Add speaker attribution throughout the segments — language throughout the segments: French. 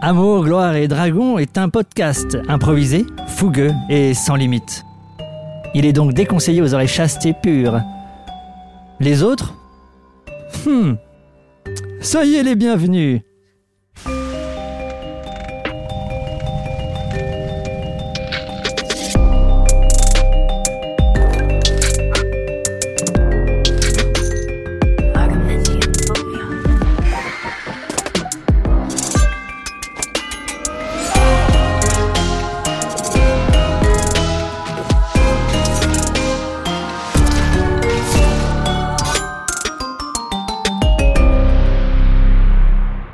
Speaker 1: Amour, gloire et dragon est un podcast improvisé, fougueux et sans limite. Il est donc déconseillé aux oreilles chastes et pures. Les autres Hmm. Soyez les bienvenus.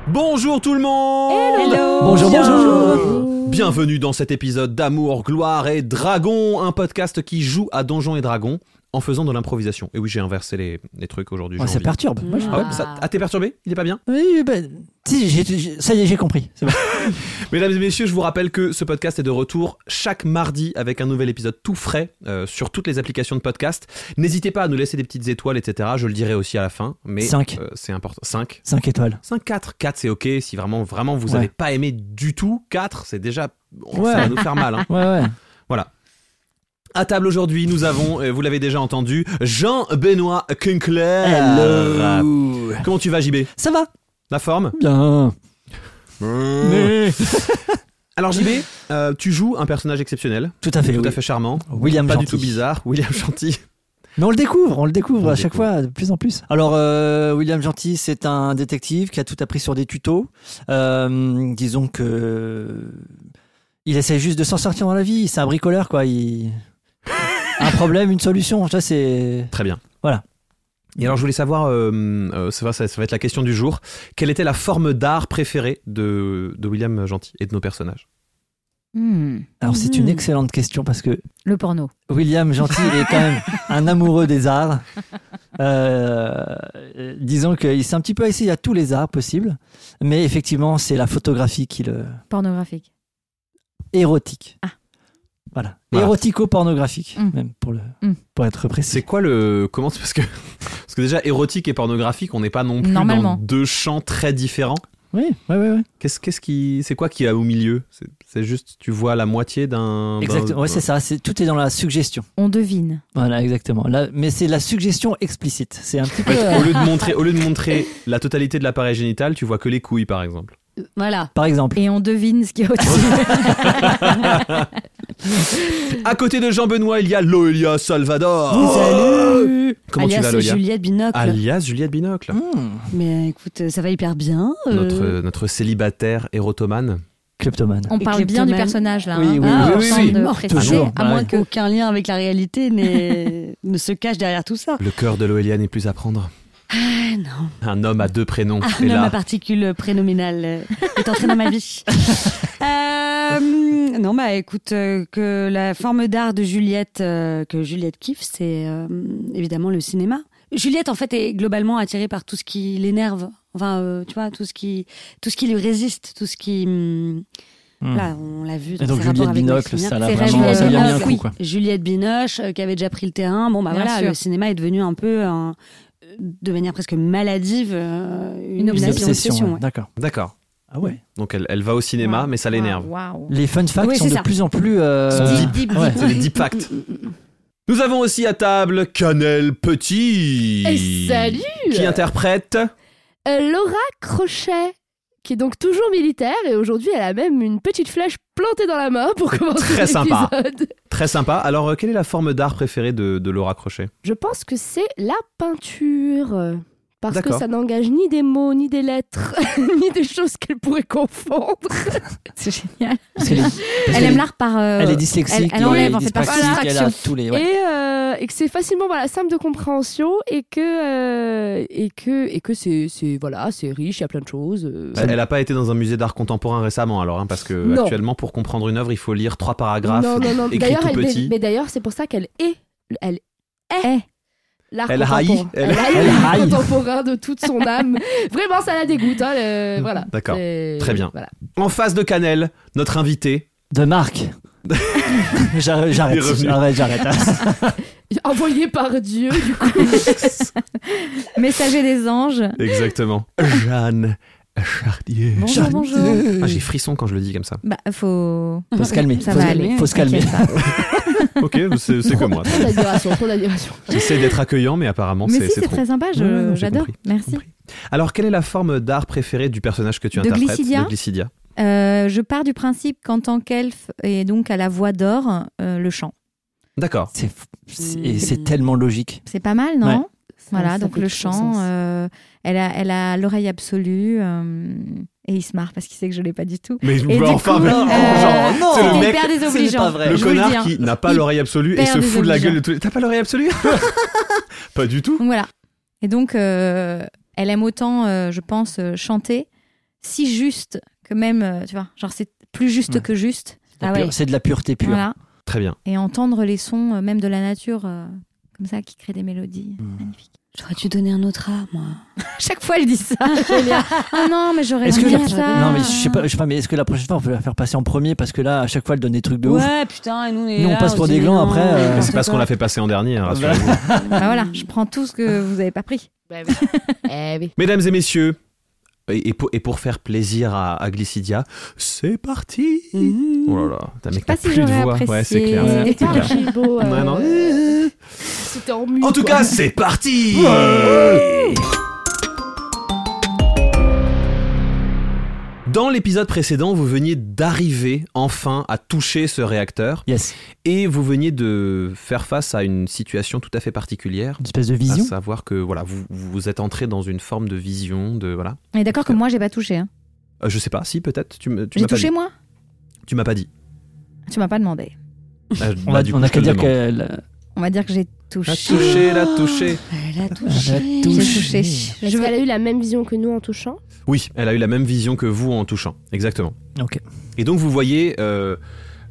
Speaker 2: Bonjour tout le monde
Speaker 1: Bonjour, bonjour. Oh,
Speaker 2: Bienvenue dans cet épisode d'Amour, Gloire et Dragon, un podcast qui joue à Donjons et Dragons en faisant de l'improvisation. Et oui, j'ai inversé les, les trucs aujourd'hui.
Speaker 1: Ouais,
Speaker 2: j'ai
Speaker 1: ça
Speaker 2: envie.
Speaker 1: perturbe. Moi, je-
Speaker 2: Ah ouais, ça-
Speaker 3: Euh,
Speaker 2: ah, t'es perturbé Il est pas bien
Speaker 1: Oui, ben, si, j'ai- j'ai- ça y est, j'ai compris. C'est bon.
Speaker 2: Mesdames et messieurs, je vous rappelle que ce podcast est de retour chaque mardi avec un nouvel épisode tout frais euh, sur toutes les applications de podcast. N'hésitez pas à nous laisser des petites étoiles, etc. Je le dirai aussi à la fin, mais
Speaker 1: Cinq.
Speaker 2: euh, c'est important. 5
Speaker 1: Cinq étoiles.
Speaker 2: 5, 4, 4 c'est ok, si vraiment, vraiment vous
Speaker 1: Ouais.
Speaker 2: n'avez pas aimé du tout, 4 c'est déjà...
Speaker 1: Ouais.
Speaker 2: Ça va nous faire mal. hein.
Speaker 1: Ouais, ouais.
Speaker 2: À table aujourd'hui, nous avons, euh, vous l'avez déjà entendu, Jean-Benoît Kunkler. Comment tu vas, JB
Speaker 1: Ça va
Speaker 2: La forme
Speaker 1: Bien. Mais-
Speaker 2: Alors, JB, euh, tu joues un personnage exceptionnel,
Speaker 1: Tout à fait.
Speaker 2: tout
Speaker 1: oui.
Speaker 2: à fait charmant,
Speaker 1: William
Speaker 2: pas du
Speaker 1: Gentil.
Speaker 2: tout bizarre, William Chanty.
Speaker 1: Mais on le découvre, on le découvre
Speaker 2: On le
Speaker 1: à chaque
Speaker 2: découvre.
Speaker 1: fois, de plus en plus. Alors, euh, William Gentil, c'est un détective qui a tout appris sur des tutos. Euh, disons que. euh, Il essaie juste de s'en sortir dans la vie. C'est un bricoleur, quoi. Il... un problème, une solution. Ça, c'est.
Speaker 2: Très bien.
Speaker 1: Voilà.
Speaker 2: Et alors, je voulais savoir, euh, euh, ça, va, ça va être la question du jour, quelle était la forme d'art préférée de, de William Gentil et de nos personnages
Speaker 4: Hmm.
Speaker 1: Alors, c'est
Speaker 4: Mhm.
Speaker 1: une excellente question parce que
Speaker 4: Le porno.
Speaker 1: William Gentil est quand même un amoureux des arts. Euh, euh, disons qu'il s'est un petit peu essayé à tous les arts possibles. Mais effectivement, c'est la photographie qui le.
Speaker 4: Pornographique.
Speaker 1: érotique.
Speaker 4: Ah.
Speaker 1: Voilà.
Speaker 2: Voilà.
Speaker 1: Érotico-pornographique,
Speaker 4: Mm.
Speaker 1: même pour, le,
Speaker 4: Mm.
Speaker 1: pour être
Speaker 2: C'est
Speaker 1: précis.
Speaker 2: quoi le. Comment c'est- Parce que, parce que déjà, érotique et pornographique, on n'est pas non plus dans
Speaker 4: Normalement.
Speaker 2: deux champs très différents.
Speaker 1: Oui, oui, oui.
Speaker 2: Qu'est-ce qu'est-ce qui c'est quoi qui a au milieu C'est- C'est juste tu vois la moitié d'un
Speaker 1: Exactement.
Speaker 2: d'un-
Speaker 1: Ouais, c'est ça. c'est- tout est dans la suggestion.
Speaker 4: On devine.
Speaker 1: Voilà, exactement. Là, mais c'est la suggestion explicite. C'est un petit
Speaker 2: En
Speaker 1: peu.
Speaker 2: fait,
Speaker 1: euh,
Speaker 2: au lieu de montrer au lieu de montrer la totalité de l'appareil génital, tu vois que les couilles par exemple.
Speaker 4: Voilà.
Speaker 1: par exemple.
Speaker 4: Et on devine ce qu'il y a au-dessus.
Speaker 2: À côté de Jean-Benoît, il y a Loelia Salvador. Oh
Speaker 3: Salut
Speaker 2: Comment
Speaker 3: Alias
Speaker 2: tu vas Loelia
Speaker 3: Juliette Binocle.
Speaker 2: Alias Juliette Binocle.
Speaker 1: Mm.
Speaker 3: Mais écoute, euh, ça va hyper bien. euh,
Speaker 2: Notre, notre célibataire érotomane.
Speaker 1: Kleptomane.
Speaker 4: on parle bien du personnage là.
Speaker 1: Oui,
Speaker 4: hein.
Speaker 1: oui,
Speaker 4: Ah,
Speaker 1: oui,
Speaker 4: on
Speaker 1: oui,
Speaker 4: sent
Speaker 1: oui.
Speaker 4: de
Speaker 3: Mort,
Speaker 4: préciser,
Speaker 1: toujours.
Speaker 4: À
Speaker 1: Ouais.
Speaker 4: moins que.
Speaker 3: Aucun lien avec la réalité n'est- ne se cache derrière tout ça.
Speaker 2: Le cœur de Loelia n'est plus à prendre.
Speaker 3: Eh non. Ah,
Speaker 2: Un homme à deux prénoms.
Speaker 3: Un
Speaker 2: et
Speaker 3: homme
Speaker 2: là,
Speaker 3: à particules prénominales euh, est entré dans ma vie. Euh, non, bah écoute, euh, que la forme d'art de Juliette, euh, que Juliette kiffe, c'est euh, évidemment le cinéma. Juliette, en fait, est globalement attirée par tout ce qui l'énerve. Enfin, euh, tu vois, tout ce qui, tout ce qui lui résiste, tout ce qui. hum,
Speaker 1: Mm.
Speaker 3: Là, on l'a vu. Dans
Speaker 1: Et donc,
Speaker 3: ses rapports
Speaker 1: Juliette
Speaker 3: avec
Speaker 1: Binocle,
Speaker 3: Maximilien.
Speaker 1: ça l'a
Speaker 3: C'est euh,
Speaker 1: vraiment-
Speaker 3: Juliette
Speaker 4: ça lui a mis un
Speaker 3: Binocle,
Speaker 1: coup,
Speaker 3: oui.
Speaker 1: quoi.
Speaker 3: Juliette Binoche, euh, qui avait déjà pris le terrain. Bon, bah
Speaker 4: Bien
Speaker 3: voilà,
Speaker 4: sûr.
Speaker 3: le cinéma est devenu un peu, un- de manière presque maladive, euh, une,
Speaker 1: Une
Speaker 4: obsession,
Speaker 1: obsession.
Speaker 3: ouais.
Speaker 1: ouais, D'accord.
Speaker 2: d'accord.
Speaker 1: Ah ouais.
Speaker 2: Donc elle, elle va au cinéma,
Speaker 4: Waouh,
Speaker 2: mais ça
Speaker 5: Ah,
Speaker 4: waouh,
Speaker 2: l'énerve.
Speaker 4: waouh.
Speaker 1: Les fun facts
Speaker 3: Oui,
Speaker 1: sont
Speaker 3: c'est
Speaker 1: de
Speaker 3: ça.
Speaker 1: plus en plus. euh,
Speaker 2: Sont
Speaker 3: Deep, deep,
Speaker 1: ouais.
Speaker 3: deep.
Speaker 2: C'est des deep facts. Nous avons aussi à table Canel Petit.
Speaker 5: Et Eh, salut
Speaker 2: Qui interprète
Speaker 5: Euh, Laura Crochet, qui est donc toujours militaire, et aujourd'hui elle a même une petite flèche plantée dans la main pour
Speaker 2: C'est
Speaker 5: commencer
Speaker 2: très
Speaker 5: l'épisode.
Speaker 2: sympa. Très sympa. Alors, euh, quelle est la forme d'art préférée de, de Laura Crochet
Speaker 5: Je pense que c'est la peinture. euh, Parce que
Speaker 2: D'accord.
Speaker 5: ça n'engage ni des mots, ni des lettres, ni des choses qu'elle pourrait confondre.
Speaker 4: C'est génial.
Speaker 1: parce qu'elle est- parce qu'elle
Speaker 4: Elle
Speaker 1: est-
Speaker 4: aime l'art par. euh,
Speaker 1: Elle est dyslexique.
Speaker 4: elle enlève,
Speaker 1: et
Speaker 4: en fait, par
Speaker 1: dyspraxique, Elle a
Speaker 4: distraction.
Speaker 1: tous les. ouais.
Speaker 5: Et, euh, et que c'est facilement voilà, simple de compréhension et que, euh, et que, et que c'est, c'est- voilà, c'est riche, il y a plein de choses. euh.
Speaker 2: Elle elle a pas été dans un musée d'art contemporain récemment, alors, hein, parce que
Speaker 5: Non.
Speaker 2: actuellement, pour comprendre une œuvre, il faut lire trois paragraphes.
Speaker 5: non, non, non.
Speaker 2: écrit
Speaker 5: D'ailleurs,
Speaker 2: tout
Speaker 5: elle- mais-
Speaker 2: petit.
Speaker 5: Mais, d'ailleurs, c'est pour ça qu'elle est. Elle est.
Speaker 4: Eh.
Speaker 5: l'art
Speaker 2: Elle
Speaker 5: contemporain.
Speaker 2: haït, elle-
Speaker 5: Elle haït
Speaker 1: elle
Speaker 5: l'art
Speaker 1: haït.
Speaker 5: contemporain de toute son âme. Vraiment, ça la dégoûte. hein, le- Voilà.
Speaker 2: D'accord.
Speaker 5: C'est-
Speaker 2: Très bien.
Speaker 5: Voilà.
Speaker 2: En face de Canel, notre invité.
Speaker 1: De Marc. J'arrête,
Speaker 2: Il est revenu.
Speaker 1: j'arrête, j'arrête.
Speaker 5: Envoyé par Dieu, du coup.
Speaker 4: Messager des anges.
Speaker 2: Exactement. Jeanne Chartier.
Speaker 5: Bonjour, bonjour.
Speaker 2: Ah, j'ai frisson quand je le dis comme ça.
Speaker 5: Bah, faut.
Speaker 1: Faut se calmer.
Speaker 5: Ça
Speaker 1: faut,
Speaker 5: va aller.
Speaker 1: faut se calmer.
Speaker 5: T'inquiète pas.
Speaker 2: Ok, c'est c'est que moi.
Speaker 6: Trop d'admiration, trop d'admiration.
Speaker 2: J'essaie d'être accueillant, mais apparemment,
Speaker 5: Mais
Speaker 2: c'est
Speaker 5: si,
Speaker 2: c'est
Speaker 5: c'est
Speaker 2: trop.
Speaker 5: très sympa, je-
Speaker 2: Ouais, ouais, j'ai
Speaker 5: j'adore.
Speaker 2: compris,
Speaker 5: Merci.
Speaker 2: compris. Alors, quelle est la forme d'art préférée du personnage que tu
Speaker 5: De
Speaker 2: interprètes
Speaker 5: Glycidia
Speaker 2: de Glycidia
Speaker 5: Euh, je pars du principe qu'en tant qu'elfe et donc à la voix d'or, euh, le chant.
Speaker 2: D'accord.
Speaker 1: C'est- c'est- Et c'est tellement logique.
Speaker 5: C'est pas mal, non
Speaker 1: Ouais.
Speaker 5: Voilà,
Speaker 6: Ça
Speaker 5: donc
Speaker 6: fait
Speaker 5: le
Speaker 6: trop
Speaker 5: chant,
Speaker 6: sens.
Speaker 5: euh, elle a elle a l'oreille absolue euh, et il se marre parce qu'il sait que je l'ai pas du tout.
Speaker 2: Mais
Speaker 5: Et du
Speaker 2: enfin,
Speaker 5: coup,
Speaker 2: mais-
Speaker 5: euh,
Speaker 2: genre, c'est le
Speaker 5: c'était
Speaker 2: mec,
Speaker 5: hyper désobligeant.
Speaker 1: pas vrai.
Speaker 2: le
Speaker 5: je vous
Speaker 2: connard
Speaker 5: le dis, hein.
Speaker 2: qui n'a pas
Speaker 5: Il
Speaker 2: l'oreille absolue et
Speaker 5: perd
Speaker 2: se
Speaker 5: des
Speaker 2: fout de la
Speaker 5: obligeants.
Speaker 2: gueule de tous les. T'as pas l'oreille absolue Pas du tout.
Speaker 5: Donc voilà. Et donc, euh, elle aime autant, euh, je pense, euh, chanter si juste que même, euh, tu vois, genre c'est plus juste
Speaker 1: Ouais.
Speaker 5: que juste.
Speaker 1: La
Speaker 7: Ah
Speaker 1: pure-
Speaker 7: ouais.
Speaker 1: C'est de la pureté pure.
Speaker 5: Voilà.
Speaker 2: Très bien.
Speaker 5: Et entendre les sons, euh, même de la nature, euh, comme ça, qui crée des mélodies. Magnifique.
Speaker 7: J'aurais dû donner un autre A, moi.
Speaker 5: Chaque fois, elle dit ça. Ah non, mais j'aurais
Speaker 1: Est-ce que
Speaker 5: dû
Speaker 1: la-
Speaker 5: dire ça.
Speaker 1: Non mais je sais pas, je sais pas mais est-ce que la prochaine fois on peut la faire passer en premier parce que là à chaque fois elle donne des trucs de ouf.
Speaker 7: Ouais, putain, et nous, on est
Speaker 1: Nous, on
Speaker 7: là,
Speaker 1: passe pour
Speaker 7: se
Speaker 1: des
Speaker 7: dit
Speaker 1: glands,
Speaker 7: non,
Speaker 1: après, euh,
Speaker 7: n'importe
Speaker 1: Mais
Speaker 2: C'est pas ce qu'on
Speaker 7: quoi.
Speaker 2: a fait passer en dernier, hein, rassurez-vous.
Speaker 5: Ah, Bah voilà, je prends tout ce que vous avez pas pris.
Speaker 6: Bah oui. Eh oui.
Speaker 2: Mesdames et messieurs, et, et pour, et pour faire plaisir à, à Glycidia, c'est parti
Speaker 7: Mhm.
Speaker 2: Oh là là, t'as mec,
Speaker 5: Mm. sais pas
Speaker 2: t'as
Speaker 5: si
Speaker 2: plus de
Speaker 5: j'aurais
Speaker 2: voix. Ouais, c'est
Speaker 5: apprécié.
Speaker 2: clair.
Speaker 5: Ouais.
Speaker 2: c'est
Speaker 6: C'était pas
Speaker 2: clair.
Speaker 6: archi beau. euh,
Speaker 2: Ouais, non.
Speaker 6: C'était en mute.
Speaker 2: En tout
Speaker 6: quoi.
Speaker 2: cas, c'est parti Dans l'épisode précédent, vous veniez d'arriver enfin à toucher ce réacteur
Speaker 1: Yes.
Speaker 2: et vous veniez de faire face à une situation tout à fait particulière.
Speaker 1: Une espèce de
Speaker 2: À
Speaker 1: vision.
Speaker 2: savoir que voilà, vous, vous êtes entré dans une forme de vision de voilà.
Speaker 5: On est d'accord que moi, j'ai pas touché. hein.
Speaker 2: Euh, je sais pas si peut-être tu me- tu
Speaker 5: J'ai
Speaker 2: m'as pas
Speaker 5: touché,
Speaker 2: dit.
Speaker 5: moi
Speaker 2: Tu m'as pas dit.
Speaker 5: Tu m'as pas demandé.
Speaker 2: Ah,
Speaker 1: On,
Speaker 2: bah,
Speaker 1: va-
Speaker 2: du
Speaker 1: on
Speaker 2: coup,
Speaker 1: a
Speaker 2: je
Speaker 1: qu'à
Speaker 2: te le
Speaker 1: dire
Speaker 2: demande.
Speaker 1: qu'elle
Speaker 5: On va dire que j'ai
Speaker 2: La
Speaker 5: touché.
Speaker 2: toucher, la toucher.
Speaker 7: Elle a
Speaker 1: Elle a
Speaker 7: touché.
Speaker 5: J'ai
Speaker 1: touché.
Speaker 5: touché.
Speaker 6: Est-ce
Speaker 5: Je vais-
Speaker 6: qu'elle a eu la même vision que nous en touchant
Speaker 2: Oui, elle a eu la même vision que vous en touchant. Exactement.
Speaker 1: Ok.
Speaker 2: Et donc vous voyez euh,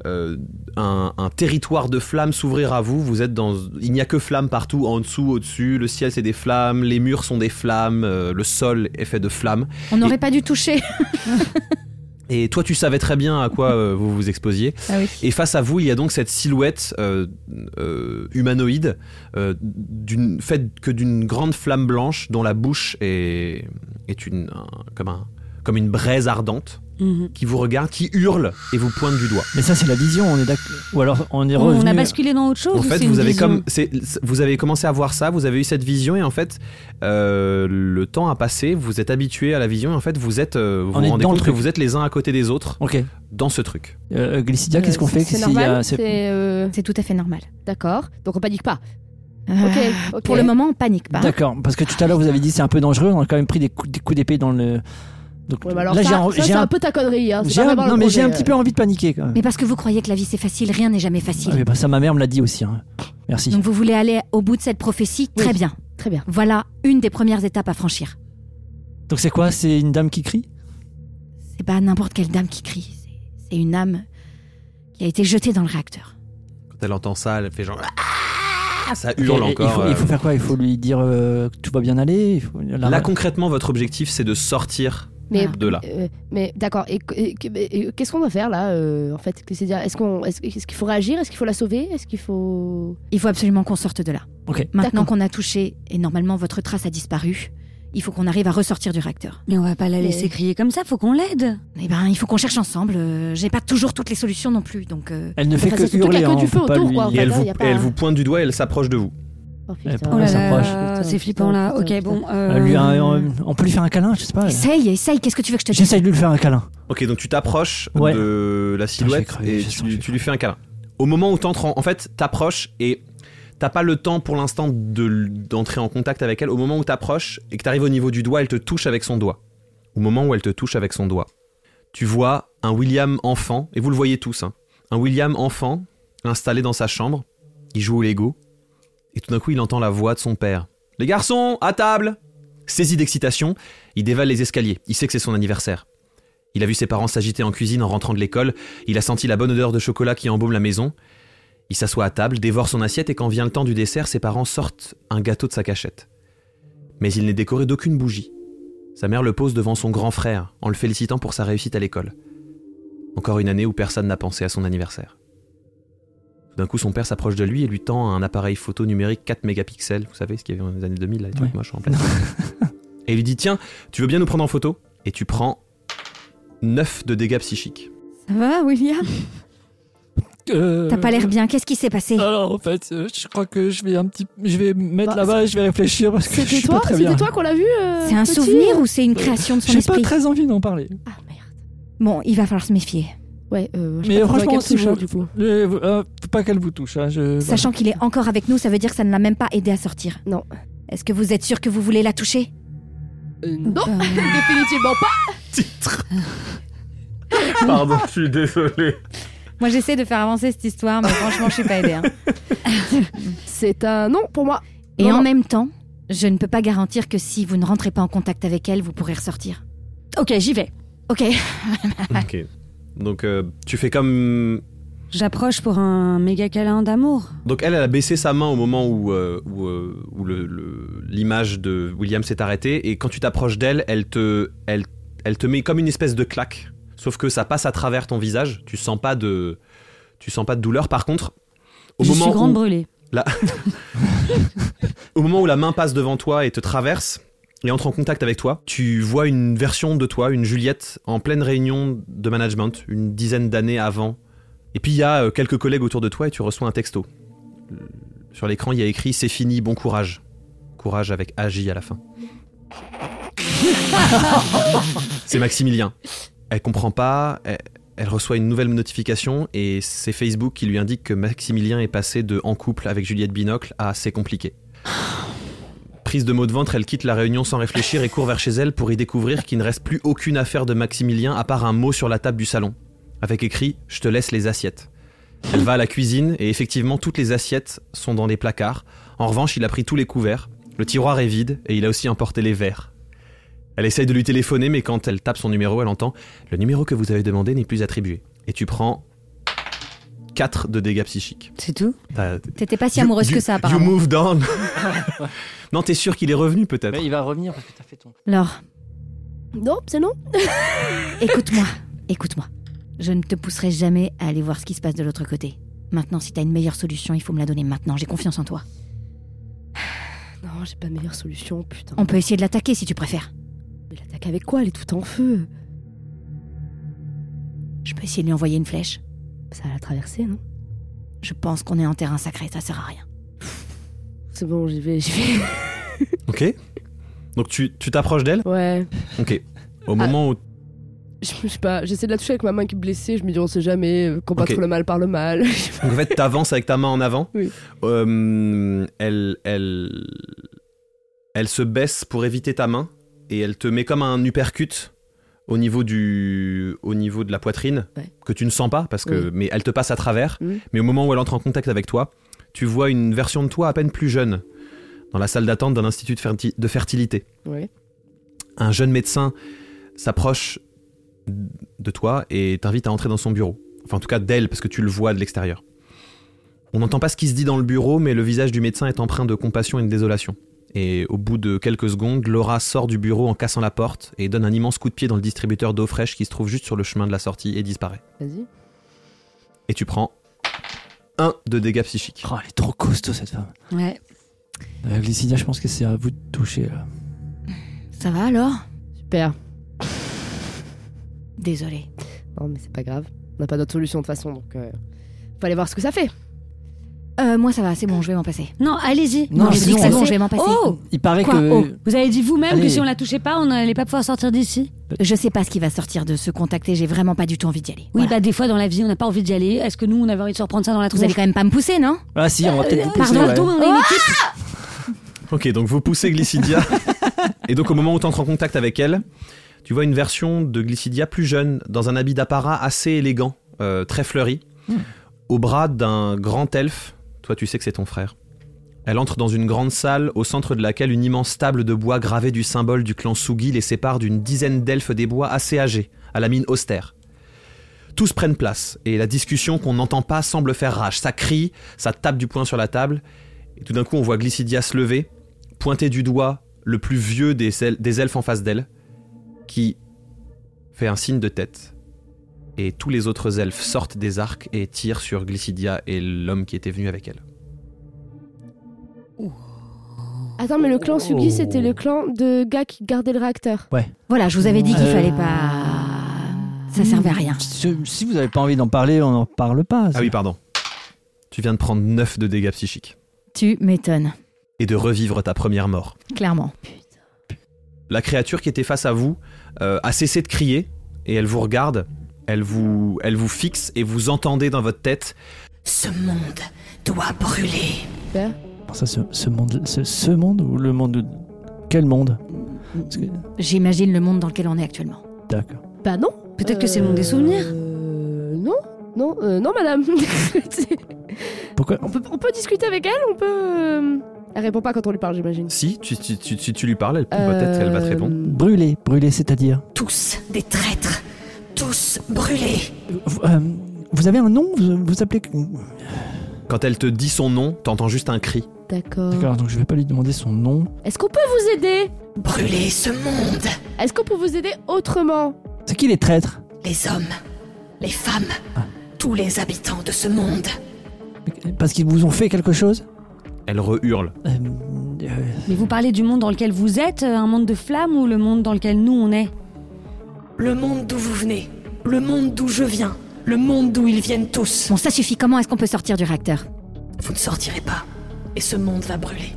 Speaker 2: euh, un, un territoire de flammes s'ouvrir à vous. Vous êtes dans, il n'y a que flammes partout, en dessous, au-dessus. Le ciel c'est des flammes, les murs sont des flammes, euh, le sol est fait de flammes.
Speaker 5: On n'aurait pas dû toucher.
Speaker 2: Et toi tu savais très bien à quoi euh, vous vous exposiez.
Speaker 5: Ah oui.
Speaker 2: Et face à vous, il y a donc cette silhouette euh, euh, humanoïde, euh, d'une- faite que d'une grande flamme blanche dont la bouche est, est une, un- comme, un, comme une braise ardente,
Speaker 7: Mhm.
Speaker 2: qui vous regarde, qui hurle et vous pointe du doigt.
Speaker 1: Mais ça c'est la vision, on est d'accord. Ou alors on est
Speaker 7: On-
Speaker 1: revenu.
Speaker 7: On a basculé dans autre chose.
Speaker 2: En
Speaker 7: ou
Speaker 2: fait,
Speaker 7: c'est
Speaker 2: vous
Speaker 7: une
Speaker 2: avez,
Speaker 7: vision
Speaker 2: comme, c'est- c'est- vous avez commencé à voir ça, vous avez eu cette vision et en fait, euh, le temps a passé, vous êtes habitué à la vision et en fait, vous êtes, euh, vous,
Speaker 1: On
Speaker 2: vous
Speaker 1: est
Speaker 2: rendez
Speaker 1: dans le
Speaker 2: compte que
Speaker 1: truc.
Speaker 2: vous êtes les uns à côté des autres
Speaker 1: Ok.
Speaker 2: dans ce truc.
Speaker 1: Euh, Glycidia, qu'est-ce qu'on
Speaker 6: Euh,
Speaker 1: fait
Speaker 6: C'est
Speaker 1: s'il y a-
Speaker 6: normal.
Speaker 1: c'est-
Speaker 6: c'est, euh,
Speaker 5: C'est tout à fait normal.
Speaker 6: D'accord. Donc on panique pas. Ok.
Speaker 5: Euh,
Speaker 6: ok.
Speaker 5: Pour le moment, on panique pas.
Speaker 1: D'accord, parce que tout à l'heure vous avez dit c'est un peu dangereux, on a quand même pris des coups des coups d'épée dans le. Donc,
Speaker 6: Ouais, bah alors
Speaker 1: là
Speaker 6: ça,
Speaker 1: j'ai
Speaker 6: ça,
Speaker 1: un- j'ai
Speaker 6: c'est un
Speaker 1: un,
Speaker 6: peu ta connerie. Hein. C'est
Speaker 1: j'ai
Speaker 6: pas
Speaker 1: un-
Speaker 6: vraiment
Speaker 1: non
Speaker 6: le
Speaker 1: mais j'ai un
Speaker 6: projet,
Speaker 1: petit peu envie de paniquer quand même.
Speaker 5: Mais parce que vous croyez que la vie c'est facile, rien n'est jamais facile.
Speaker 1: Ah, mais bah, ça ma mère me l'a dit aussi. hein. Merci.
Speaker 5: Donc vous voulez aller au bout de cette prophétie
Speaker 6: Oui.
Speaker 5: Très bien.
Speaker 6: euh, Très bien.
Speaker 5: Voilà une des premières étapes à franchir.
Speaker 1: Donc c'est quoi C'est une dame qui crie
Speaker 5: C'est pas n'importe quelle dame qui crie. c'est- C'est une âme qui a été jetée dans le réacteur.
Speaker 2: Quand elle entend ça, elle fait genre. Ah Ça
Speaker 1: Et-
Speaker 2: hurle
Speaker 1: et-
Speaker 2: encore.
Speaker 1: Il faut, il
Speaker 2: euh,
Speaker 1: faut faire quoi Il faut lui dire euh, que tout va bien aller. il faut- la-
Speaker 2: Là, concrètement, votre objectif, c'est de sortir
Speaker 6: Mais,
Speaker 2: de
Speaker 1: Ah.
Speaker 2: là.
Speaker 6: euh, mais d'accord. Et, que- et que- mais- et qu'est-ce qu'on doit faire là euh, En fait, Que c'est-à-dire, est-ce qu'on, est-ce, est-ce qu'il faut réagir Est-ce qu'il faut la sauver Est-ce qu'il faut
Speaker 5: Il faut absolument qu'on sorte de là.
Speaker 1: Ok.
Speaker 5: Maintenant
Speaker 6: D'accord.
Speaker 5: qu'on a touché et normalement votre trace a disparu, il faut qu'on arrive à ressortir du réacteur.
Speaker 7: Mais on va pas la laisser
Speaker 6: Mais-
Speaker 7: crier comme ça, faut qu'on l'aide.
Speaker 5: Eh ben, il faut qu'on cherche ensemble. euh, J'ai pas toujours toutes les solutions non plus, donc. euh,
Speaker 1: Elle ne fait
Speaker 6: Enfin, c'est
Speaker 1: que
Speaker 6: surtout qu'il
Speaker 1: hurler.
Speaker 6: y a que
Speaker 1: hein,
Speaker 6: du
Speaker 1: on
Speaker 6: feu
Speaker 1: peut pas
Speaker 6: autour,
Speaker 1: lui-
Speaker 6: quoi, en
Speaker 2: Et
Speaker 6: fait.
Speaker 2: elle,
Speaker 6: Attends,
Speaker 2: vous,
Speaker 6: y a pas
Speaker 2: et elle
Speaker 6: un-
Speaker 2: vous pointe du doigt et elle s'approche de vous.
Speaker 6: Oh,
Speaker 1: Elle
Speaker 6: putain.
Speaker 1: prend-
Speaker 7: Oh là
Speaker 1: elle Eh ben, s'approche.
Speaker 7: là,
Speaker 6: Putain,
Speaker 7: c'est flippant là.
Speaker 6: putain,
Speaker 7: Ok,
Speaker 6: putain.
Speaker 7: bon.
Speaker 1: Elle lui a un-
Speaker 7: euh,
Speaker 1: on peut lui faire un câlin, je sais pas.
Speaker 5: Essaye, essaye. Qu'est-ce que tu veux que je te dise
Speaker 1: J'essaye de lui faire un câlin.
Speaker 2: Ok, donc tu t'approches
Speaker 1: Ouais.
Speaker 2: de la silhouette
Speaker 1: Putain, je vais crever,
Speaker 2: et
Speaker 1: je sens que je
Speaker 2: tu,
Speaker 1: vais
Speaker 2: tu lui fais un câlin. Au moment où t'entres, en, en fait, t'approches et t'as pas le temps pour l'instant de l- d'entrer en contact avec elle. Au moment où t'approches et que t'arrives au niveau du doigt, elle te touche avec son doigt. Au moment où elle te touche avec son doigt, tu vois un William enfant, et vous le voyez tous, hein, un William enfant installé dans sa chambre. Il joue au Lego et tout d'un coup, il entend la voix de son père. Les garçons, à table Saisi d'excitation, il dévale les escaliers. Il sait que c'est son anniversaire. Il a vu ses parents s'agiter en cuisine en rentrant de l'école, il a senti la bonne odeur de chocolat qui embaume la maison. Il s'assoit à table, dévore son assiette et quand vient le temps du dessert, ses parents sortent un gâteau de sa cachette. Mais il n'est décoré d'aucune bougie. Sa mère le pose devant son grand frère en le félicitant pour sa réussite à l'école. Encore une année où personne n'a pensé à son anniversaire. Tout d'un coup, son père s'approche de lui et lui tend un appareil photo numérique 4 mégapixels, vous savez ce qu'il y avait dans les années 2000, là, les trucs
Speaker 1: Ouais.
Speaker 2: moches en plastique. et il lui dit Tiens, tu veux bien nous prendre en photo et tu prends 9 de dégâts psychiques.
Speaker 5: Ça va, Ah, William T'as pas l'air bien. Qu'est-ce qui s'est passé
Speaker 1: Euh, Alors, en fait, euh, je crois que je vais un petit, je vais me mettre
Speaker 6: Bah,
Speaker 1: là-bas, et je vais réfléchir parce que je
Speaker 6: C'était
Speaker 1: suis
Speaker 6: toi,
Speaker 1: pas très bien.
Speaker 6: c'était toi qu'on l'a vu. euh,
Speaker 5: C'est un
Speaker 6: petit
Speaker 5: souvenir ou c'est une création de son
Speaker 1: J'ai Euh, pas
Speaker 5: esprit
Speaker 1: très envie d'en parler.
Speaker 6: Ah merde.
Speaker 5: Bon, il va falloir se méfier.
Speaker 6: Ouais. euh, je
Speaker 1: Mais
Speaker 6: sais pas
Speaker 1: franchement,
Speaker 6: quel
Speaker 1: c'est
Speaker 6: souvenir,
Speaker 1: chaud.
Speaker 6: du coup.
Speaker 1: Euh, euh, faut pas qu'elle vous touche. hein, je-
Speaker 5: Sachant qu'il est encore avec nous, ça veut dire que ça ne l'a même pas aidé à sortir.
Speaker 6: Non.
Speaker 5: Est-ce que vous êtes sûr que vous voulez la toucher
Speaker 6: Euh, non,
Speaker 7: Euh,
Speaker 6: définitivement pas.
Speaker 2: Titre Pardon, je suis désolé.
Speaker 5: Moi, j'essaie de faire avancer cette histoire, mais franchement, je suis pas aidée. hein.
Speaker 6: C'est un non pour moi.
Speaker 5: Et
Speaker 6: Non,
Speaker 5: en
Speaker 6: non.
Speaker 5: même temps, je ne peux pas garantir que si vous ne rentrez pas en contact avec elle, vous pourrez ressortir.
Speaker 7: Ok, j'y vais.
Speaker 5: Ok.
Speaker 7: Ah.
Speaker 2: Ok. Donc euh, tu fais comme.
Speaker 7: J'approche pour un méga câlin d'amour.
Speaker 2: Donc elle, elle a baissé sa main au moment où, euh, où, euh, où le- le- l'image de William s'est arrêtée et quand tu t'approches d'elle, elle te, elle, elle te met comme une espèce de claque. Sauf que ça passe à travers ton visage. Tu sens pas de, tu sens pas de douleur. Par contre, au
Speaker 7: je
Speaker 2: moment
Speaker 7: suis grande
Speaker 2: où-
Speaker 7: brûlée.
Speaker 2: Au moment où la main passe devant toi et te traverse et entre en contact avec toi, tu vois une version de toi, une Juliette, en pleine réunion de management, une dizaine d'années avant. Et puis il y a euh, quelques collègues autour de toi et tu reçois un texto. Euh, Sur l'écran, il y a écrit C'est fini, bon courage. Courage avec AJ à la fin. c'est Maximilien. Elle comprend pas, elle, elle reçoit une nouvelle notification et c'est Facebook qui lui indique que Maximilien est passé de en couple avec Juliette Binocle à C'est compliqué. Prise de mot de ventre, elle quitte la réunion sans réfléchir et court vers chez elle pour y découvrir qu'il ne reste plus aucune affaire de Maximilien à part un mot sur la table du salon, avec écrit Je te laisse les assiettes. Elle va à la cuisine et effectivement toutes les assiettes sont dans les placards. En revanche, il a pris tous les couverts, le tiroir est vide et il a aussi emporté les verres. Elle essaye de lui téléphoner mais quand elle tape son numéro, elle entend Le numéro que vous avez demandé n'est plus attribué. Et tu prends 4 de dégâts psychiques.
Speaker 7: C'est tout
Speaker 2: T'as-
Speaker 5: T'étais pas si
Speaker 2: You-
Speaker 5: amoureuse
Speaker 2: you-
Speaker 5: que ça,
Speaker 2: You
Speaker 5: apparemment.
Speaker 2: moved on. non, t'es sûr qu'il est revenu peut-être.
Speaker 1: Bah, il va revenir parce que t'as fait ton.
Speaker 5: Laure,
Speaker 6: Non, c'est non.
Speaker 5: écoute-moi. Écoute-moi. Je ne te pousserai jamais à aller voir ce qui se passe de l'autre côté. Maintenant, si t'as une meilleure solution, il faut me la donner maintenant. J'ai confiance en toi.
Speaker 6: Ah Non, j'ai pas de meilleure solution, putain.
Speaker 5: On peut essayer de l'attaquer si tu préfères.
Speaker 6: Mais l'attaque avec quoi Elle est tout en feu.
Speaker 5: Je peux essayer de lui envoyer une flèche.
Speaker 6: Ça a la traversée, non
Speaker 5: Je pense qu'on est en terrain sacré, ça sert à rien.
Speaker 6: C'est bon, j'y vais, j'y vais.
Speaker 2: Ok. Donc tu tu t'approches d'elle.
Speaker 6: Ouais.
Speaker 2: Ok.
Speaker 5: Ah.
Speaker 2: Au moment où
Speaker 6: Je, je sais pas, j'essaie de la toucher avec ma main qui est blessée. Je me dis, on sait jamais, euh, combattre
Speaker 2: Ok.
Speaker 6: le mal par le mal.
Speaker 2: donc, en fait t'avances avec ta main en avant,
Speaker 6: Oui.
Speaker 2: euh, elle elle elle se baisse pour éviter ta main et elle te met comme un uppercut au niveau du au niveau de la poitrine
Speaker 6: Ouais.
Speaker 2: que tu ne sens pas parce que mais elle te passe à travers.
Speaker 6: Mm.
Speaker 2: Mais au moment où elle entre en contact avec toi, tu vois une version de toi à peine plus jeune dans la salle d'attente d'un institut de ferti- de fertilité.
Speaker 6: ouais.
Speaker 2: un jeune médecin s'approche de toi et t'invite à entrer dans son bureau. Enfin, en tout cas, d'elle, parce que tu le vois de l'extérieur. On n'entend pas ce qui se dit dans le bureau, mais le visage du médecin est empreint de compassion et de désolation. Et au bout de quelques secondes, Laura sort du bureau en cassant la porte et donne un immense coup de pied dans le distributeur d'eau fraîche qui se trouve juste sur le chemin de la sortie et disparaît.
Speaker 6: Vas-y.
Speaker 2: Et tu prends un de dégâts psychiques.
Speaker 1: Oh, elle est trop costaud cette femme.
Speaker 7: Ouais.
Speaker 1: Euh, Glycidia, je pense que c'est à vous de toucher. Là.
Speaker 5: Ça va alors
Speaker 6: Super.
Speaker 5: Désolée.
Speaker 6: Non, mais c'est pas grave. On n'a pas d'autre solution de toute façon, donc. euh, Faut aller voir ce que ça fait.
Speaker 5: Euh, moi ça va, c'est bon, je vais m'en passer.
Speaker 7: Non, allez-y.
Speaker 1: Non,
Speaker 7: je
Speaker 1: c'est
Speaker 7: dis
Speaker 1: bon,
Speaker 7: que ça
Speaker 1: bon,
Speaker 7: fait-
Speaker 5: je vais m'en passer.
Speaker 7: Oh
Speaker 1: Il paraît
Speaker 7: Quoi
Speaker 1: que.
Speaker 7: oh Vous avez dit vous-même
Speaker 1: Allez.
Speaker 7: que si on la touchait pas, on n'allait pas pouvoir sortir d'ici
Speaker 5: Je sais pas ce qui va sortir de se contacter, j'ai vraiment pas du tout envie d'y aller.
Speaker 7: Oui,
Speaker 5: Voilà.
Speaker 7: bah des fois dans la vie, on n'a pas envie d'y aller. Est-ce que nous, on avait envie de se reprendre ça dans la
Speaker 5: vous allez
Speaker 7: tronche
Speaker 5: quand même pas me pousser, non
Speaker 1: Ah si, on va peut-être vous pousser.
Speaker 7: Pardon,
Speaker 1: ouais. Ah
Speaker 7: pardon, on est une équipe.
Speaker 2: Ok, donc vous poussez Glycidia. et donc au moment où tu entres en contact avec elle, tu vois une version de Glycidia plus jeune, dans un habit d'apparat assez élégant, euh, très fleuri, au bras d'un grand elfe. Toi, tu sais que c'est ton frère. Elle entre dans une grande salle, au centre de laquelle une immense table de bois gravée du symbole du clan Sugi les sépare d'une dizaine d'elfes des bois assez âgés, à la mine austère. Tous prennent place, et la discussion qu'on n'entend pas semble faire rage. Ça crie, ça tape du poing sur la table, et tout d'un coup on voit Glycidia se lever, pointer du doigt le plus vieux des, el- des elfes en face d'elle, qui fait un signe de tête. Et tous les autres elfes sortent des arcs et tirent sur Glycidia et l'homme qui était venu avec elle.
Speaker 6: Attends, mais le clan Sugi,
Speaker 1: Oh.
Speaker 6: c'était le clan de gars qui gardaient le réacteur.
Speaker 5: Voilà, je vous avais dit qu'il
Speaker 1: Euh.
Speaker 5: fallait pas.
Speaker 6: Euh,
Speaker 5: Ça servait à rien.
Speaker 1: Si si vous n'avez pas envie d'en parler, on n'en parle pas.
Speaker 2: Ah oui, pardon. Tu viens de prendre 9 de dégâts psychiques
Speaker 5: Tu m'étonnes,
Speaker 2: et de revivre ta première mort.
Speaker 5: clairement.
Speaker 2: La créature qui était face à vous euh, a cessé de crier et elle vous regarde, elle vous, elle vous fixe et vous entendez dans votre tête.
Speaker 8: Ce monde doit brûler.
Speaker 1: Ça, ce, ce monde, ce, ce monde ou le monde de... Quel monde Parce que-
Speaker 5: J'imagine le monde dans lequel on est actuellement.
Speaker 1: D'accord.
Speaker 6: Bah non.
Speaker 7: Peut-être que c'est le monde des souvenirs.
Speaker 6: Euh, Non, non, euh, non, madame. C'est-
Speaker 1: Pourquoi
Speaker 6: on, peut, on peut discuter avec elle, on peut. euh, Elle répond pas quand on lui parle, j'imagine.
Speaker 2: Si tu, tu, tu- si tu lui parles, elle, peut-être qu'elle va te répondre.
Speaker 6: Euh,
Speaker 1: Brûler, brûler, c'est-à-dire
Speaker 8: Tous des traîtres. Tous brûlés.
Speaker 1: vous, euh, vous avez un nom Vous vous appelez
Speaker 2: Quand elle te dit son nom, t'entends juste un cri.
Speaker 6: D'accord.
Speaker 1: D'accord, donc je vais pas lui demander son nom.
Speaker 6: Est-ce qu'on peut vous aider
Speaker 8: Brûler ce monde.
Speaker 6: Est-ce qu'on peut vous aider autrement
Speaker 1: C'est qui les traîtres
Speaker 8: Les hommes, les femmes, tous les habitants de ce monde.
Speaker 1: Parce qu'ils vous ont fait quelque chose
Speaker 2: Elle rehurle.
Speaker 1: Euh, euh,
Speaker 7: Mais vous parlez du monde dans lequel vous êtes, euh, un monde de flammes ou le monde dans lequel nous on est
Speaker 8: Le monde d'où vous venez. Le monde d'où je viens. Le monde d'où ils viennent tous.
Speaker 5: Bon, ça suffit. Comment est-ce qu'on peut sortir du réacteur
Speaker 8: Vous ne sortirez pas. Et ce monde va brûler.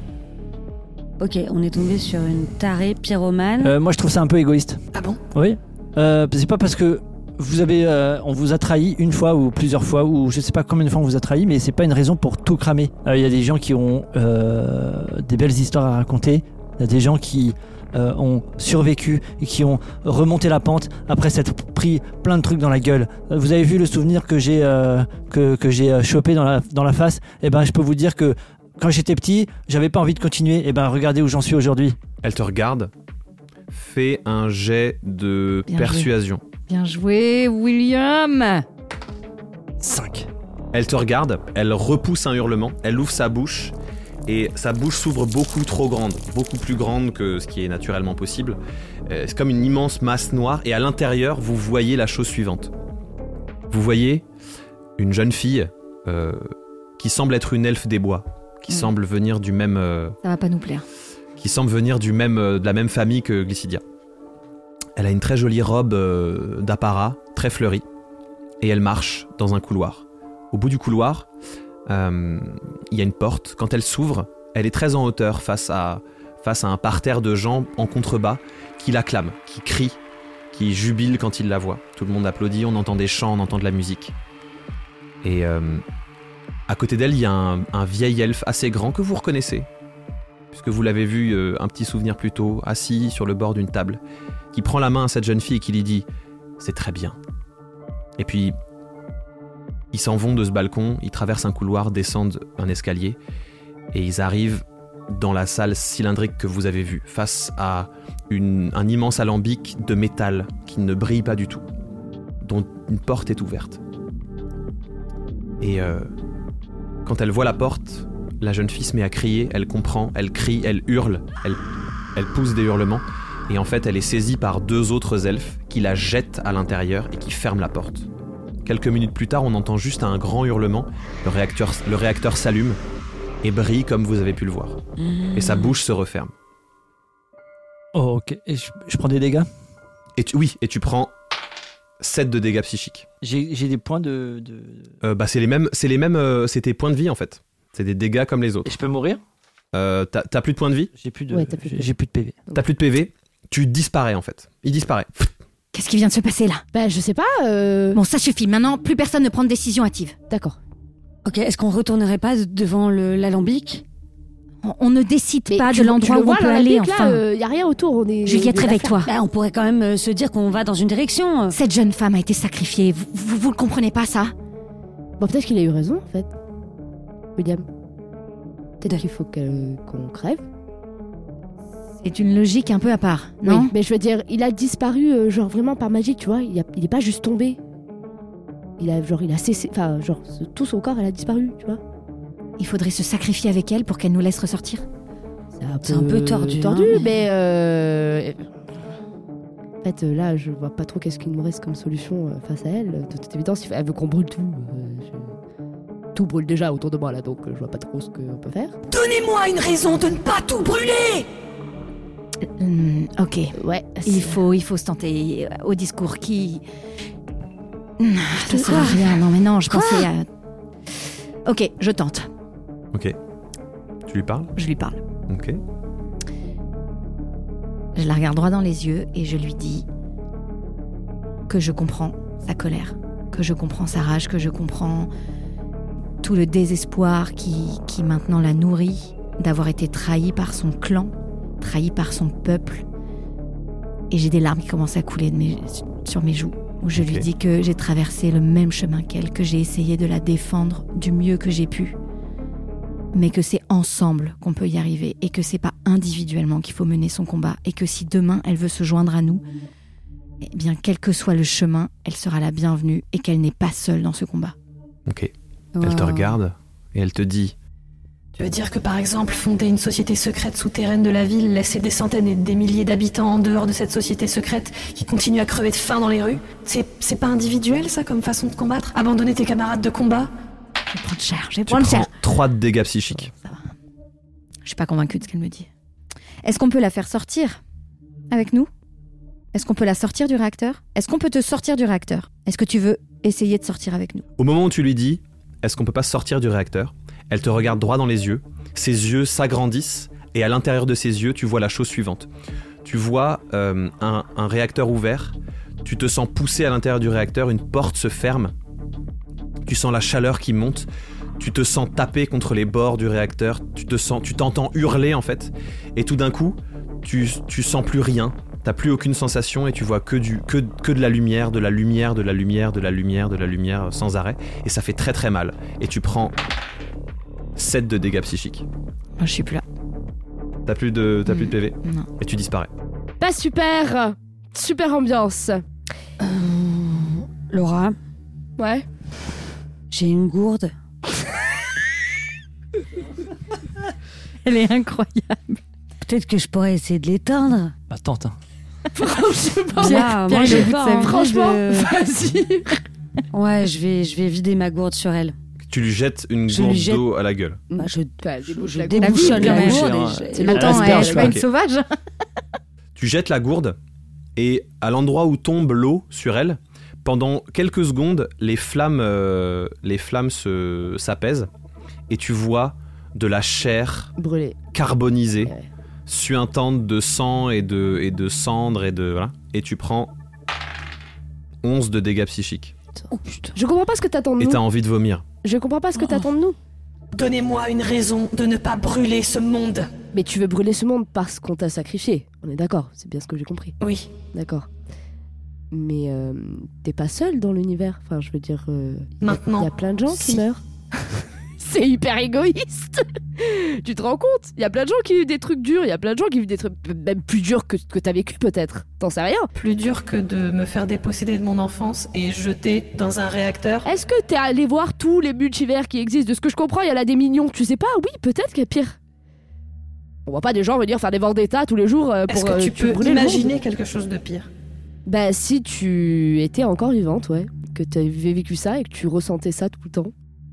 Speaker 7: Ok, on est tombé sur une tarée pyromane.
Speaker 1: Euh, moi, je trouve ça un peu égoïste.
Speaker 8: Ah bon
Speaker 1: Oui. Euh, c'est pas parce que vous avez, euh, on vous a trahi une fois ou plusieurs fois ou je sais pas combien de fois on vous a trahi, mais c'est pas une raison pour tout cramer. Euh, Il y a des gens qui ont euh, des belles histoires à raconter. Il y a des gens qui euh, ont survécu et qui ont remonté la pente après s'être pris plein de trucs dans la gueule. Euh, Vous avez vu le souvenir que j'ai euh, que, que j'ai euh, chopé dans la dans la face. Eh ben, je peux vous dire que quand j'étais petit, j'avais pas envie de continuer. Eh ben, regardez où j'en suis aujourd'hui.
Speaker 2: Elle te regarde, fait un jet de
Speaker 5: Bien joué.
Speaker 2: persuasion.
Speaker 5: Bien joué, William
Speaker 1: 5
Speaker 2: Elle te regarde, elle repousse un hurlement, elle ouvre sa bouche et sa bouche s'ouvre beaucoup trop grande, beaucoup plus grande que ce qui est naturellement possible. Euh, C'est comme une immense masse noire et à l'intérieur, vous voyez la chose suivante. Vous voyez une jeune fille euh, qui semble être une elfe des bois, qui
Speaker 5: Mhm.
Speaker 2: semble venir du même euh,
Speaker 5: Ça va pas nous plaire.
Speaker 2: qui semble venir du même, euh, de la même famille que Glycidia. Elle a une très jolie robe euh, d'apparat, très fleurie, et elle marche dans un couloir. Au bout du couloir, euh, il y a une porte. Quand elle s'ouvre, elle est très en hauteur face à, face à un parterre de gens en contrebas qui l'acclament, qui crient, qui jubilent quand ils la voient. Tout le monde applaudit, on entend des chants, on entend de la musique. Et euh, à côté d'elle, il y a un- un vieil elfe assez grand que vous reconnaissez, puisque vous l'avez vu euh, un petit souvenir plus tôt, assis sur le bord d'une table, qui prend la main à cette jeune fille et qui lui dit C'est très bien. Et puis, ils s'en vont de ce balcon, ils traversent un couloir, descendent un escalier, et ils arrivent dans la salle cylindrique que vous avez vue, face à une- un immense alambic de métal qui ne brille pas du tout, dont une porte est ouverte. Et euh, quand elle voit la porte, la jeune fille se met à crier, elle comprend, elle crie, elle hurle, elle, elle pousse des hurlements, et en fait elle est saisie par deux autres elfes qui la jettent à l'intérieur et qui ferment la porte. Quelques minutes plus tard, on entend juste un grand hurlement, le réacteur, le réacteur s'allume et brille comme vous avez pu le voir,
Speaker 7: Mhm.
Speaker 2: et sa bouche se referme.
Speaker 1: Oh, ok. Et je, je prends des dégâts
Speaker 2: Et tu, oui, et tu prends 7 de dégâts psychiques.
Speaker 1: J'ai j'ai des points de. de-
Speaker 2: Euh, bah c'est les mêmes, c'est les mêmes, euh, c'est tes points de vie en fait. C'est des dégâts comme les
Speaker 1: Et
Speaker 2: autres.
Speaker 1: je peux mourir
Speaker 2: Euh, t'as- t'as plus de points de vie,
Speaker 1: J'ai plus de.
Speaker 6: Ouais, t'as plus de
Speaker 1: j'ai-
Speaker 6: PV.
Speaker 1: J'ai plus de PV.
Speaker 2: t'as plus de PV, tu disparais en fait. Il disparaît.
Speaker 5: Qu'est-ce qui vient de se passer là
Speaker 6: Bah, je sais pas. euh,
Speaker 5: Bon, ça suffit. Maintenant, plus personne ne prend de décision active.
Speaker 6: D'accord.
Speaker 7: Ok, est-ce qu'on retournerait pas devant le- l'alambic
Speaker 5: On, on ne décide pas
Speaker 6: tu-
Speaker 5: de
Speaker 6: tu
Speaker 5: l'endroit
Speaker 6: le
Speaker 5: où on
Speaker 6: vois,
Speaker 5: peut
Speaker 6: là,
Speaker 5: aller,
Speaker 6: la pique,
Speaker 5: enfin.
Speaker 6: Là, euh, y a rien autour. On est.
Speaker 5: Juliette,
Speaker 6: on est
Speaker 5: réveille-toi.
Speaker 7: Bah, On pourrait quand même euh, se dire qu'on va dans une direction.
Speaker 5: Cette jeune femme a été sacrifiée. Vous, vous, vous le comprenez pas, ça
Speaker 6: affaire. Bon, peut-être qu'il a eu raison, en fait. William. Peut-être qu'il faut qu'elle- qu'on crève.
Speaker 5: C'est une logique un peu à part, non
Speaker 6: Oui, mais je veux dire, il a disparu, euh, genre vraiment par magie, tu vois. Il, a- il est pas juste tombé. Il a, genre, il a cessé. Enfin, genre, ce- tout son corps, elle a disparu, tu vois.
Speaker 5: Il faudrait se sacrifier avec elle pour qu'elle nous laisse ressortir.
Speaker 7: C'est un peu tordu, hein,
Speaker 6: mais. euh, En fait, euh, là, je vois pas trop qu'est-ce qu'il nous reste comme solution euh, face à elle. De toute évidence, il faut- elle veut qu'on brûle tout. Euh, je- tout brûle déjà autour de moi là, donc euh, je vois pas trop ce qu'on peut faire.
Speaker 8: Donnez-moi une raison de ne pas tout brûler
Speaker 5: Hum, ok.
Speaker 6: Ouais,
Speaker 5: Il
Speaker 6: c'est-
Speaker 5: faut, il faut se tenter euh, au discours qui. Hum, Ça
Speaker 6: te
Speaker 5: sert à
Speaker 6: crois.
Speaker 5: rien. Non, mais non, je pensais à. Ok, je tente.
Speaker 2: Ok. Tu lui parles
Speaker 5: Je lui parle.
Speaker 2: Ok.
Speaker 5: Je la regarde droit dans les yeux et je lui dis que je comprends sa colère, que je comprends sa rage, que je comprends tout le désespoir qui, qui maintenant la nourrit d'avoir été trahie par son clan, trahie par son peuple. Et j'ai des larmes qui commencent à couler de mes- sur mes joues, où je lui
Speaker 2: Ok.
Speaker 5: dis que j'ai traversé le même chemin qu'elle, que j'ai essayé de la défendre du mieux que j'ai pu, mais que c'est ensemble qu'on peut y arriver et que c'est pas individuellement qu'il faut mener son combat et que si demain elle veut se joindre à nous, eh bien quel que soit le chemin, elle sera la bienvenue et qu'elle n'est pas seule dans ce combat. Oh.
Speaker 2: Ok. Elle te
Speaker 7: Wow.
Speaker 2: regarde et elle te dit
Speaker 8: Tu veux dire que par exemple, fonder une société secrète souterraine de la ville, laisser des centaines et des milliers d'habitants en dehors de cette société secrète qui continue à crever de faim dans les rues, c'est c'est pas individuel ça comme façon de combattre Abandonner tes camarades de combat
Speaker 5: Je vais prendre cher, je vais
Speaker 2: Tu
Speaker 5: prendre
Speaker 2: prends
Speaker 5: cher.
Speaker 2: 3 de dégâts psychiques.
Speaker 5: Ça va. Je suis pas convaincue de ce qu'elle me dit. Est-ce qu'on peut la faire sortir avec nous Est-ce qu'on peut la sortir du réacteur Est-ce qu'on peut te sortir du réacteur Est-ce que tu veux essayer de sortir avec nous
Speaker 2: Au moment où tu lui dis Est-ce qu'on peut pas sortir du réacteur Elle te regarde droit dans les yeux. Ses yeux s'agrandissent et à l'intérieur de ses yeux, tu vois la chose suivante. Tu vois euh, un, un réacteur ouvert. Tu te sens poussé à l'intérieur du réacteur. Une porte se ferme. Tu sens la chaleur qui monte. Tu te sens taper contre les bords du réacteur. Tu te sens, tu t'entends hurler en fait. Et tout d'un coup, tu, tu sens plus rien. T'as plus aucune sensation et tu vois que, du, que, que de la lumière, de la lumière, de la lumière, de la lumière, de la lumière euh, sans arrêt. Et ça fait très très mal. Et tu prends 7 de dégâts psychiques.
Speaker 5: Moi, je suis plus là.
Speaker 2: T'as plus, de, t'as
Speaker 5: Mm.
Speaker 2: plus de PV
Speaker 5: Non.
Speaker 2: et tu disparais.
Speaker 6: Pas super Super ambiance
Speaker 7: Laura,
Speaker 6: Ouais.
Speaker 7: j'ai une gourde.
Speaker 5: Elle est incroyable.
Speaker 7: Peut-être que je pourrais essayer de l'éteindre.
Speaker 1: Bah, tente. hein.
Speaker 6: je sais pas.
Speaker 7: Moi, moi,
Speaker 5: bien,
Speaker 7: j'ai
Speaker 5: je-
Speaker 7: pas
Speaker 5: c'est
Speaker 7: envie
Speaker 6: Franchement,
Speaker 7: de-
Speaker 6: vas-y.
Speaker 7: Ouais, je vais, je vais vider ma gourde sur elle.
Speaker 2: Tu lui jettes une
Speaker 7: Je lui
Speaker 2: gourde
Speaker 7: jette-
Speaker 2: d'eau à la gueule.
Speaker 7: Bah, je,
Speaker 6: Bah,
Speaker 7: je,
Speaker 6: débouche
Speaker 7: je
Speaker 6: la gourde.
Speaker 7: débouchonne
Speaker 1: La
Speaker 7: la
Speaker 1: gourde,
Speaker 7: gourde.
Speaker 1: hein.
Speaker 7: et je-
Speaker 1: C'est le Elle
Speaker 5: Attends,
Speaker 1: asperge,
Speaker 5: elle est
Speaker 1: quoi.
Speaker 5: pas une
Speaker 2: Ok.
Speaker 5: sauvage.
Speaker 2: Tu jettes la gourde et à l'endroit où tombe l'eau sur elle, pendant quelques secondes, les flammes, euh, les flammes se, s'apaisent et tu vois de la chair
Speaker 6: Brûlé.
Speaker 2: carbonisée,
Speaker 6: Ouais.
Speaker 2: suintante de sang et de, et de cendres et de. Voilà. Et tu prends 11 de dégâts psychiques.
Speaker 7: Oh putain.
Speaker 6: Je comprends pas ce que t'attends de
Speaker 2: Et t'as
Speaker 6: nous.
Speaker 2: envie de vomir.
Speaker 6: Je comprends pas ce que t'attends de nous.
Speaker 8: Donnez-moi une raison de ne pas brûler ce monde
Speaker 6: Mais tu veux brûler ce monde parce qu'on t'a sacrifié. On est d'accord, c'est bien ce que j'ai compris.
Speaker 8: Oui.
Speaker 6: D'accord. Mais euh, t'es pas seul dans l'univers. Enfin, je veux dire, euh, il y
Speaker 8: Maintenant,
Speaker 6: a plein de gens qui
Speaker 8: Si.
Speaker 6: meurent. c'est hyper égoïste. tu te rends compte Il y a plein de gens qui vivent des trucs durs. Il y a plein de gens qui vivent des trucs même plus durs que ce que t'as vécu peut-être. T'en sais rien.
Speaker 8: plus dur que de me faire déposséder de mon enfance et jeter dans un réacteur.
Speaker 6: Est-ce que t'es allé voir tous les multivers qui existent De ce que je comprends, il y en a des millions. Tu sais pas Oui, peut-être qu'il y a pire. On voit pas des gens venir faire des vendettas tous les jours euh, pour
Speaker 8: Est-ce que
Speaker 6: euh,
Speaker 8: tu peux
Speaker 6: brûler le monde.
Speaker 8: imaginer quelque chose de pire
Speaker 6: Bah si tu étais encore vivante, ouais, que t'avais vécu ça et que tu ressentais ça tout le temps.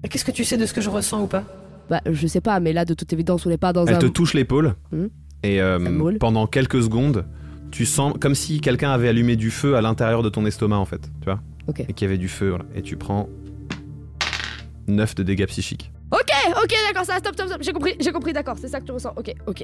Speaker 8: Qu'est-ce que tu sais de ce que je ressens ou pas
Speaker 6: Bah je sais pas, mais là de toute évidence on n'est pas dans
Speaker 2: Elle
Speaker 6: un...
Speaker 2: te touche l'épaule
Speaker 6: Hmm.
Speaker 2: et euh,
Speaker 6: Ça me brûle.
Speaker 2: pendant quelques secondes, tu sens comme si quelqu'un avait allumé du feu à l'intérieur de ton estomac en fait, tu vois
Speaker 6: Ok.
Speaker 2: Et qu'il y avait du feu, voilà. et tu prends 9 de dégâts psychiques.
Speaker 6: Ok, ok, d'accord, ça, stop, stop, stop, j'ai compris, j'ai compris, d'accord, c'est ça que tu ressens, ok, ok.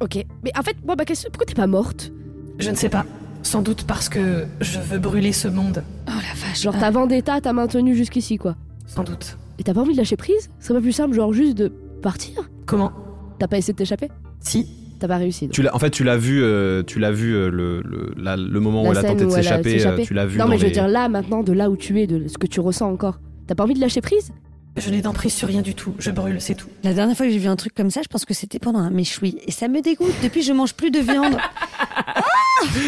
Speaker 6: Ok, mais en fait, moi, ma question, pourquoi t'es pas morte
Speaker 8: Je ne sais pas. Sans doute parce que je veux brûler ce monde.
Speaker 7: Oh la vache.
Speaker 6: Genre ta vendetta t'a maintenu jusqu'ici, quoi.
Speaker 8: Sans doute.
Speaker 6: Et t'as pas envie de lâcher prise Ce serait pas plus simple, genre juste de partir
Speaker 8: Comment
Speaker 6: T'as pas essayé de t'échapper
Speaker 8: Si.
Speaker 6: T'as pas réussi. donc.
Speaker 2: Tu l'as, en fait, tu l'as vu, euh, tu l'as vu euh, le, le- la- le moment où
Speaker 6: La
Speaker 2: elle a
Speaker 6: scène
Speaker 2: tenté de
Speaker 6: où elle a
Speaker 2: s'échapper, euh,
Speaker 6: s'échappé.
Speaker 2: tu l'as vu.
Speaker 6: Non,
Speaker 2: dans
Speaker 6: mais je veux
Speaker 2: les-
Speaker 6: dire là, maintenant, de là où tu es, de ce que tu ressens encore. T'as pas envie de lâcher prise
Speaker 8: Je n'ai d'emprise sur rien du tout. Je brûle, c'est tout.
Speaker 7: La dernière fois que j'ai vu un truc comme ça, je pense que c'était pendant un méchoui. Et ça me dégoûte. Depuis, je mange plus de viande. Ah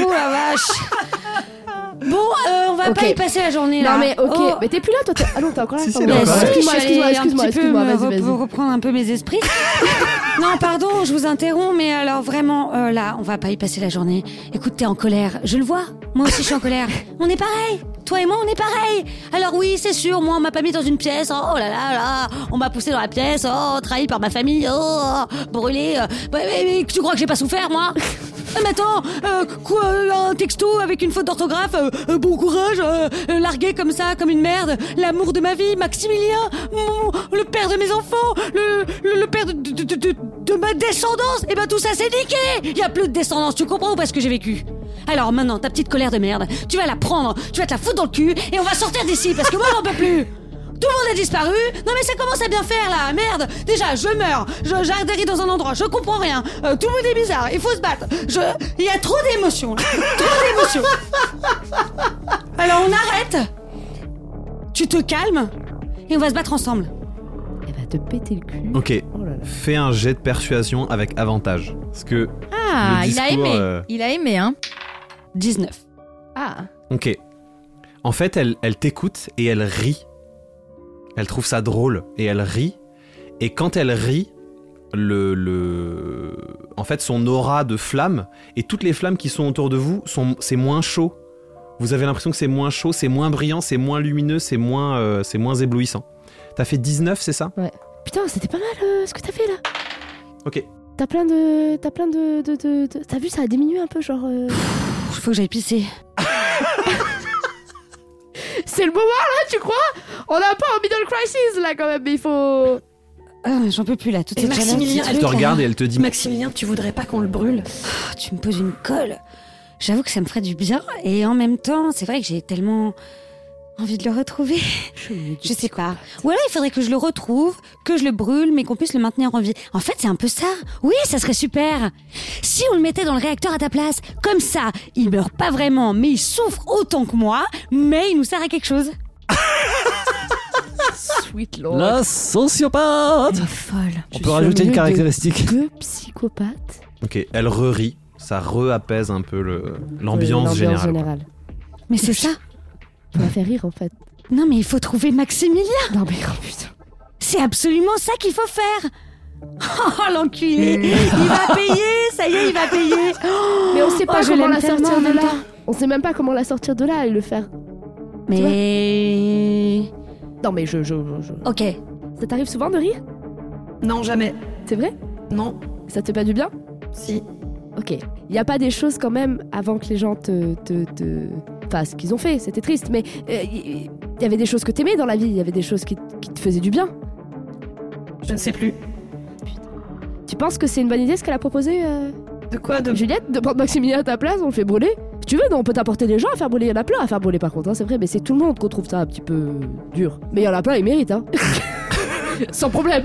Speaker 7: oh la vache. Bon, euh, on va
Speaker 6: Ok.
Speaker 7: pas y passer la journée là.
Speaker 6: Non mais ok,
Speaker 7: Oh.
Speaker 6: mais t'es plus là toi. t'es- Ah non, t'es encore là.
Speaker 2: Si, si,
Speaker 6: pardon.
Speaker 2: elle est
Speaker 7: Bah,
Speaker 2: encore
Speaker 7: si,
Speaker 2: là.
Speaker 6: excuse-moi,
Speaker 7: je suis allée
Speaker 6: excuse-moi, excuse-moi,
Speaker 7: un petit peu
Speaker 6: excuse-moi,
Speaker 7: me
Speaker 6: vas-y,
Speaker 7: rep-
Speaker 6: vas-y.
Speaker 7: reprendre un peu mes esprits. non, pardon, je vous interromps, mais alors vraiment, euh, là, on va pas y passer la journée. Écoute, t'es en colère. Je le vois. Moi aussi, je suis en colère. On est pareil.
Speaker 3: Toi et moi, on est pareil. Alors oui, c'est sûr, moi, on m'a pas mis dans une pièce. Oh, oh là là là. On m'a poussé dans la pièce. Oh, trahi par ma famille. Oh, oh, brûlé. Euh, bah, mais, mais tu crois que j'ai pas souffert, moi Euh, Mais attends, euh, quoi, euh, un texto avec une faute d'orthographe, euh, euh, bon courage, euh, euh, largué comme ça, comme une merde, l'amour de ma vie, Maximilien, mon- le père de mes enfants, le, le, le père de, de, de- de- de ma descendance, et ben tout ça c'est niqué Y a plus de descendance, tu comprends ou pas ce que j'ai vécu Alors maintenant, ta petite colère de merde, tu vas la prendre, tu vas te la foutre dans le cul, et on va sortir d'ici, parce que moi j'en peux plus tout le monde a disparu Non mais ça commence à bien faire là Merde Déjà, je meurs je- J'atterris dans un endroit, je comprends rien Euh, Tout le monde est bizarre, il faut se battre Je... Il y a trop d'émotions là. Trop d'émotions Alors on arrête Tu te calmes Et on va se battre ensemble
Speaker 6: Elle va te péter le cul.
Speaker 2: Ok,
Speaker 6: Oh là là.
Speaker 2: fais un jet de persuasion avec avantage. Parce que.
Speaker 5: Ah,
Speaker 2: Le
Speaker 5: il a
Speaker 2: discours,
Speaker 5: aimé.
Speaker 2: euh,
Speaker 5: Il a aimé, hein.
Speaker 3: 19.
Speaker 6: Ah,
Speaker 2: Ok. En fait, elle, elle t'écoute et elle rit. Elle trouve ça drôle et elle rit. Et quand elle rit, le, le... en fait, son aura de flamme et toutes les flammes qui sont autour de vous, sont... c'est moins chaud. Vous avez l'impression que c'est moins chaud, c'est moins brillant, c'est moins lumineux, c'est moins, euh, c'est moins éblouissant. T'as fait 19, c'est ça
Speaker 6: putain, c'était pas mal euh, ce que t'as fait là.
Speaker 2: Ok.
Speaker 6: T'as plein de. T'as plein de. de, de- de- T'as vu, ça a diminué un peu, genre. euh,
Speaker 3: Faut que j'aille pisser.
Speaker 6: C'est le moment là, tu crois On n'a pas en middle crisis là quand même, mais il faut.
Speaker 7: Ah,
Speaker 3: Euh,
Speaker 7: J'en peux plus là, toute
Speaker 8: Et
Speaker 7: cette chaleur.
Speaker 8: Maximilien,
Speaker 2: Elle te regarde et elle te dit
Speaker 8: Maximilien, tu voudrais pas qu'on le brûle
Speaker 7: Oh, tu me poses une colle. J'avoue que ça me ferait du bien. Et en même temps, c'est vrai que j'ai tellement envie de le retrouver. Je sais pas. Ou alors il faudrait que je le retrouve, que je le brûle, mais qu'on puisse le maintenir en vie. En fait, c'est un peu ça. Oui, ça serait super.
Speaker 3: Si on le mettait dans le réacteur à ta place, comme ça, il meurt pas vraiment, mais il souffre autant que moi, mais il nous sert à quelque chose.
Speaker 6: Sweet lord.
Speaker 1: La sociopathe
Speaker 6: Elle est folle.
Speaker 1: On
Speaker 6: Je
Speaker 1: peut
Speaker 6: suis
Speaker 1: rajouter
Speaker 6: au
Speaker 1: une
Speaker 6: milieu de
Speaker 1: caractéristique.
Speaker 6: Deux psychopathes. euh,
Speaker 2: Ok, elle re-rit. Ça re-apaise un peu le- l'ambiance
Speaker 6: Euh,
Speaker 2: générale.
Speaker 3: Mais c'est ça.
Speaker 6: Tu m'as fait rire en fait.
Speaker 3: Non mais il faut trouver Maximilien.
Speaker 6: Non mais oh, putain.
Speaker 3: C'est absolument ça qu'il faut faire. Oh l'enculé, il va payer, ça y est, il va payer.
Speaker 6: Mais on sait pas
Speaker 3: oh, je
Speaker 6: comment
Speaker 3: l'aime
Speaker 6: la
Speaker 3: tellement
Speaker 6: sortir
Speaker 3: en
Speaker 6: de
Speaker 3: même
Speaker 6: là. On sait même pas comment la sortir de là et le faire.
Speaker 3: Mais
Speaker 6: Non mais je. je, je- je-
Speaker 3: ok,
Speaker 6: Ça t'arrive souvent de rire
Speaker 8: Non, jamais.
Speaker 6: C'est vrai
Speaker 8: Non,
Speaker 6: Ça te fait pas du bien
Speaker 8: si.
Speaker 6: Ok. Il n'y a pas des choses quand même avant que les gens te. te, te... Enfin, ce qu'ils ont fait, c'était triste, mais il y avait des choses que t'aimais dans la vie, il y avait des choses qui, qui te faisaient du bien.
Speaker 8: Je ne sais plus.
Speaker 6: Tu penses que c'est une bonne idée ce qu'elle a proposé euh,
Speaker 8: De quoi de...
Speaker 6: Juliette, demande Maximilien à ta place, on le fait brûler. Si tu veux, non, on peut t'apporter des gens à faire brûler. Il y en a plein à faire brûler par contre, hein, c'est vrai, mais c'est tout le monde qu'on trouve ça un petit peu euh, dur. Mais il y en a plein, ils méritent, hein. Sans problème.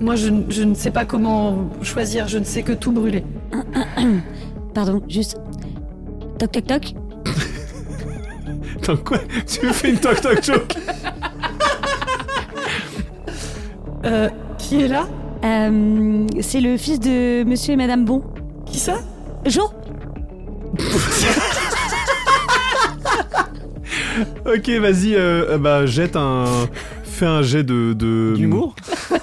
Speaker 8: Moi, je, ne- je ne sais pas comment choisir. Je ne sais que tout brûler.
Speaker 3: pardon, juste toc toc toc.
Speaker 2: Attends, quoi Tu me fais une toc-toc joke
Speaker 8: Euh, qui est là
Speaker 3: Euh, c'est le fils de Monsieur et Madame Bon.
Speaker 8: Qui ça
Speaker 3: Jo,
Speaker 2: Ok, vas-y, euh, euh, bah, jette un. Fais un jet de. de-
Speaker 1: D'humour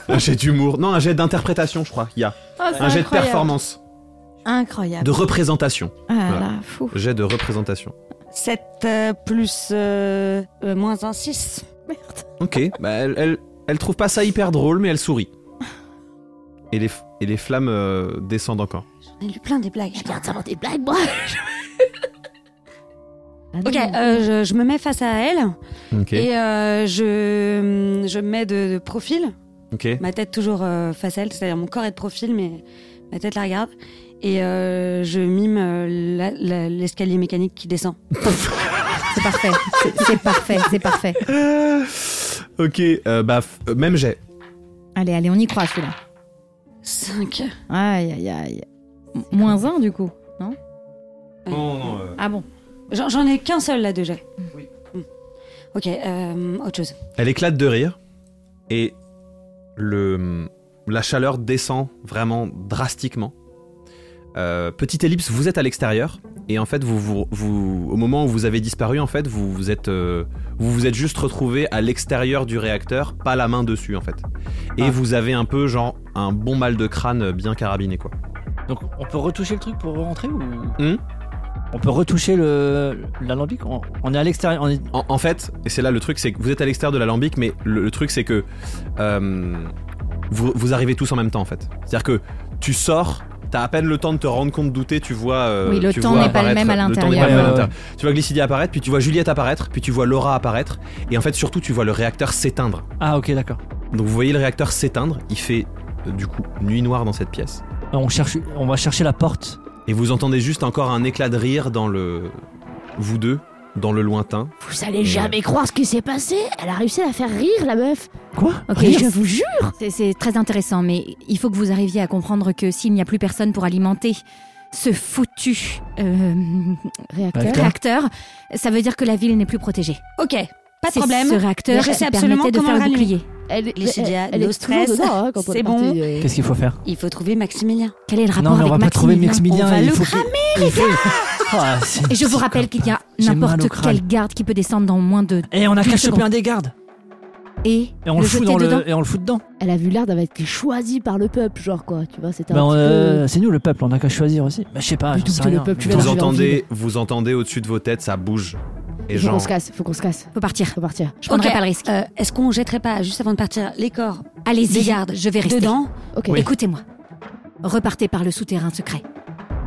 Speaker 2: Un jet d'humour. Non, un jet d'interprétation, je crois, il y a. un jet de performance.
Speaker 3: incroyable.
Speaker 2: De représentation.
Speaker 3: Ah
Speaker 2: Voilà.
Speaker 3: là, fou.
Speaker 2: Jet de représentation.
Speaker 3: 7 euh, plus euh, euh, moins 1, 6.
Speaker 2: Ok, bah, elle, elle, elle trouve pas ça hyper drôle, mais elle sourit. Et les, f- et les flammes euh, descendent encore.
Speaker 3: J'en ai lu plein des blagues.
Speaker 6: des blagues, moi.
Speaker 5: Ah,
Speaker 3: Ok, euh, je, je me mets face à elle
Speaker 2: Ok.
Speaker 3: et euh, je, je me mets de, de profil.
Speaker 2: Ok.
Speaker 3: Ma tête toujours euh, face à elle, c'est-à-dire mon corps est de profil, mais ma tête la regarde. Et euh, je mime euh, la- la- l'escalier mécanique qui descend.
Speaker 7: euh.
Speaker 5: C'est parfait. C'est- C'est parfait. C'est parfait.
Speaker 2: Ok, euh, bah, f- euh, même jet.
Speaker 5: Allez, allez, on y croit celui-là.
Speaker 3: 5.
Speaker 5: Aïe, aïe, aïe. M- Moins un du coup.
Speaker 2: Non, non, euh.
Speaker 5: Ah bon.
Speaker 3: J'en j'en ai qu'un seul là déjà. Oui. Ok, euh, autre chose.
Speaker 2: Elle éclate de rire et le, la chaleur descend vraiment drastiquement. Euh, petite ellipse, vous êtes à l'extérieur et en fait, vous, vous, vous- au moment où vous avez disparu, en fait, vous vous êtes, euh, vous, vous êtes juste retrouvé à l'extérieur du réacteur, pas la main dessus en fait. Et vous avez un peu genre un bon mal de crâne bien carabiné quoi.
Speaker 1: Donc on peut retoucher le truc pour rentrer ou On peut retoucher le l'alambic. On, on est à l'extérieur. On est...
Speaker 2: En, en fait, et c'est là le truc, c'est que vous êtes à l'extérieur de l'alambic, mais le, le truc c'est que euh, vous, vous arrivez tous en même temps en fait. C'est-à-dire que tu sors, t'as à peine le temps de te rendre compte d'où t'es, tu vois. euh,
Speaker 5: Oui, le
Speaker 2: tu
Speaker 5: temps
Speaker 2: vois
Speaker 5: n'est pas le
Speaker 2: apparaître-
Speaker 5: même à
Speaker 2: le temps n'est
Speaker 5: l'intérieur.
Speaker 2: pas le même à
Speaker 1: Ouais,
Speaker 2: l'intérieur. Tu vois Glycidia apparaître, puis tu vois Juliette apparaître, puis tu vois Laura apparaître, et en fait surtout tu vois le réacteur s'éteindre.
Speaker 1: Ah ok d'accord.
Speaker 2: Donc vous voyez le réacteur s'éteindre, il fait euh, du coup nuit noire dans cette pièce,
Speaker 1: Euh, On cherche. On va chercher la porte.
Speaker 2: et vous entendez juste encore un éclat de rire dans le. vous deux, dans le lointain.
Speaker 6: Vous allez jamais croire ce qui s'est passé. Elle a réussi à faire rire, la meuf.
Speaker 1: Quoi
Speaker 5: Ok,
Speaker 1: Rien.
Speaker 5: Ah je
Speaker 6: vous jure.
Speaker 5: C'est- C'est très intéressant, mais il faut que vous arriviez à comprendre que s'il n'y a plus personne pour alimenter ce foutu euh,
Speaker 6: Réacteur.
Speaker 1: Réacteur.
Speaker 5: réacteur, ça veut dire que la ville n'est plus protégée.
Speaker 3: Ok, pas de
Speaker 5: C'est Ce
Speaker 3: problème.
Speaker 5: réacteur
Speaker 3: Mais je sais
Speaker 5: qui
Speaker 3: absolument
Speaker 5: permettait de
Speaker 3: comment
Speaker 5: faire le
Speaker 3: le rallumer.
Speaker 5: bouclier.
Speaker 6: Elle, elle,
Speaker 3: Glycidia,
Speaker 6: elle
Speaker 3: no
Speaker 6: est toujours
Speaker 3: stress,
Speaker 6: dedans, hein, quand on
Speaker 3: c'est
Speaker 6: est
Speaker 3: bon.
Speaker 6: parti, euh.
Speaker 1: Qu'est-ce qu'il faut faire
Speaker 3: Il faut trouver Maximilien.
Speaker 5: Quel est le rapport
Speaker 1: Non mais on
Speaker 5: avec
Speaker 1: va pas trouver Maximilien.
Speaker 3: On va
Speaker 1: il
Speaker 3: le
Speaker 1: faut que- il faut- Ah, c'est une
Speaker 5: Et je vous rappelle qu'il y a
Speaker 1: J'ai mal au
Speaker 5: n'importe
Speaker 1: crâne.
Speaker 5: quel garde qui peut descendre dans moins de...
Speaker 1: Et Eh, on a
Speaker 5: Une
Speaker 1: qu'à
Speaker 5: seconde.
Speaker 1: choper un des gardes.
Speaker 5: Et,
Speaker 1: Et on
Speaker 5: le
Speaker 1: le,
Speaker 5: jeter
Speaker 1: fout dans
Speaker 5: dedans
Speaker 1: le. Et on le fout dedans.
Speaker 6: Elle a vu l'air d'avoir été choisie par le peuple, genre quoi. Tu vois, c'était un
Speaker 1: Ben,
Speaker 6: petit
Speaker 1: euh, C'est nous le peuple. On a qu'à choisir aussi. Bah, je sais pas.
Speaker 6: Du
Speaker 1: j'en
Speaker 6: tout
Speaker 1: sais
Speaker 6: que le
Speaker 1: rien.
Speaker 6: peuple, tu vas
Speaker 2: Vous
Speaker 6: dans la
Speaker 2: entendez, vous entendez au-dessus de vos têtes, ça bouge. Et
Speaker 6: peu. Faut qu'on
Speaker 2: genre,
Speaker 6: se casse, faut qu'on se casse.
Speaker 5: faut partir.
Speaker 6: Faut partir.
Speaker 5: Je prendrai
Speaker 3: Ok.
Speaker 5: pas le risque.
Speaker 3: Euh, Est-ce qu'on jetterait pas, juste avant de partir, les corps
Speaker 5: Allez-y,
Speaker 3: des gardes
Speaker 5: je vais rester.
Speaker 3: dedans
Speaker 6: Ok.
Speaker 5: Écoutez-moi. Repartez par le souterrain secret.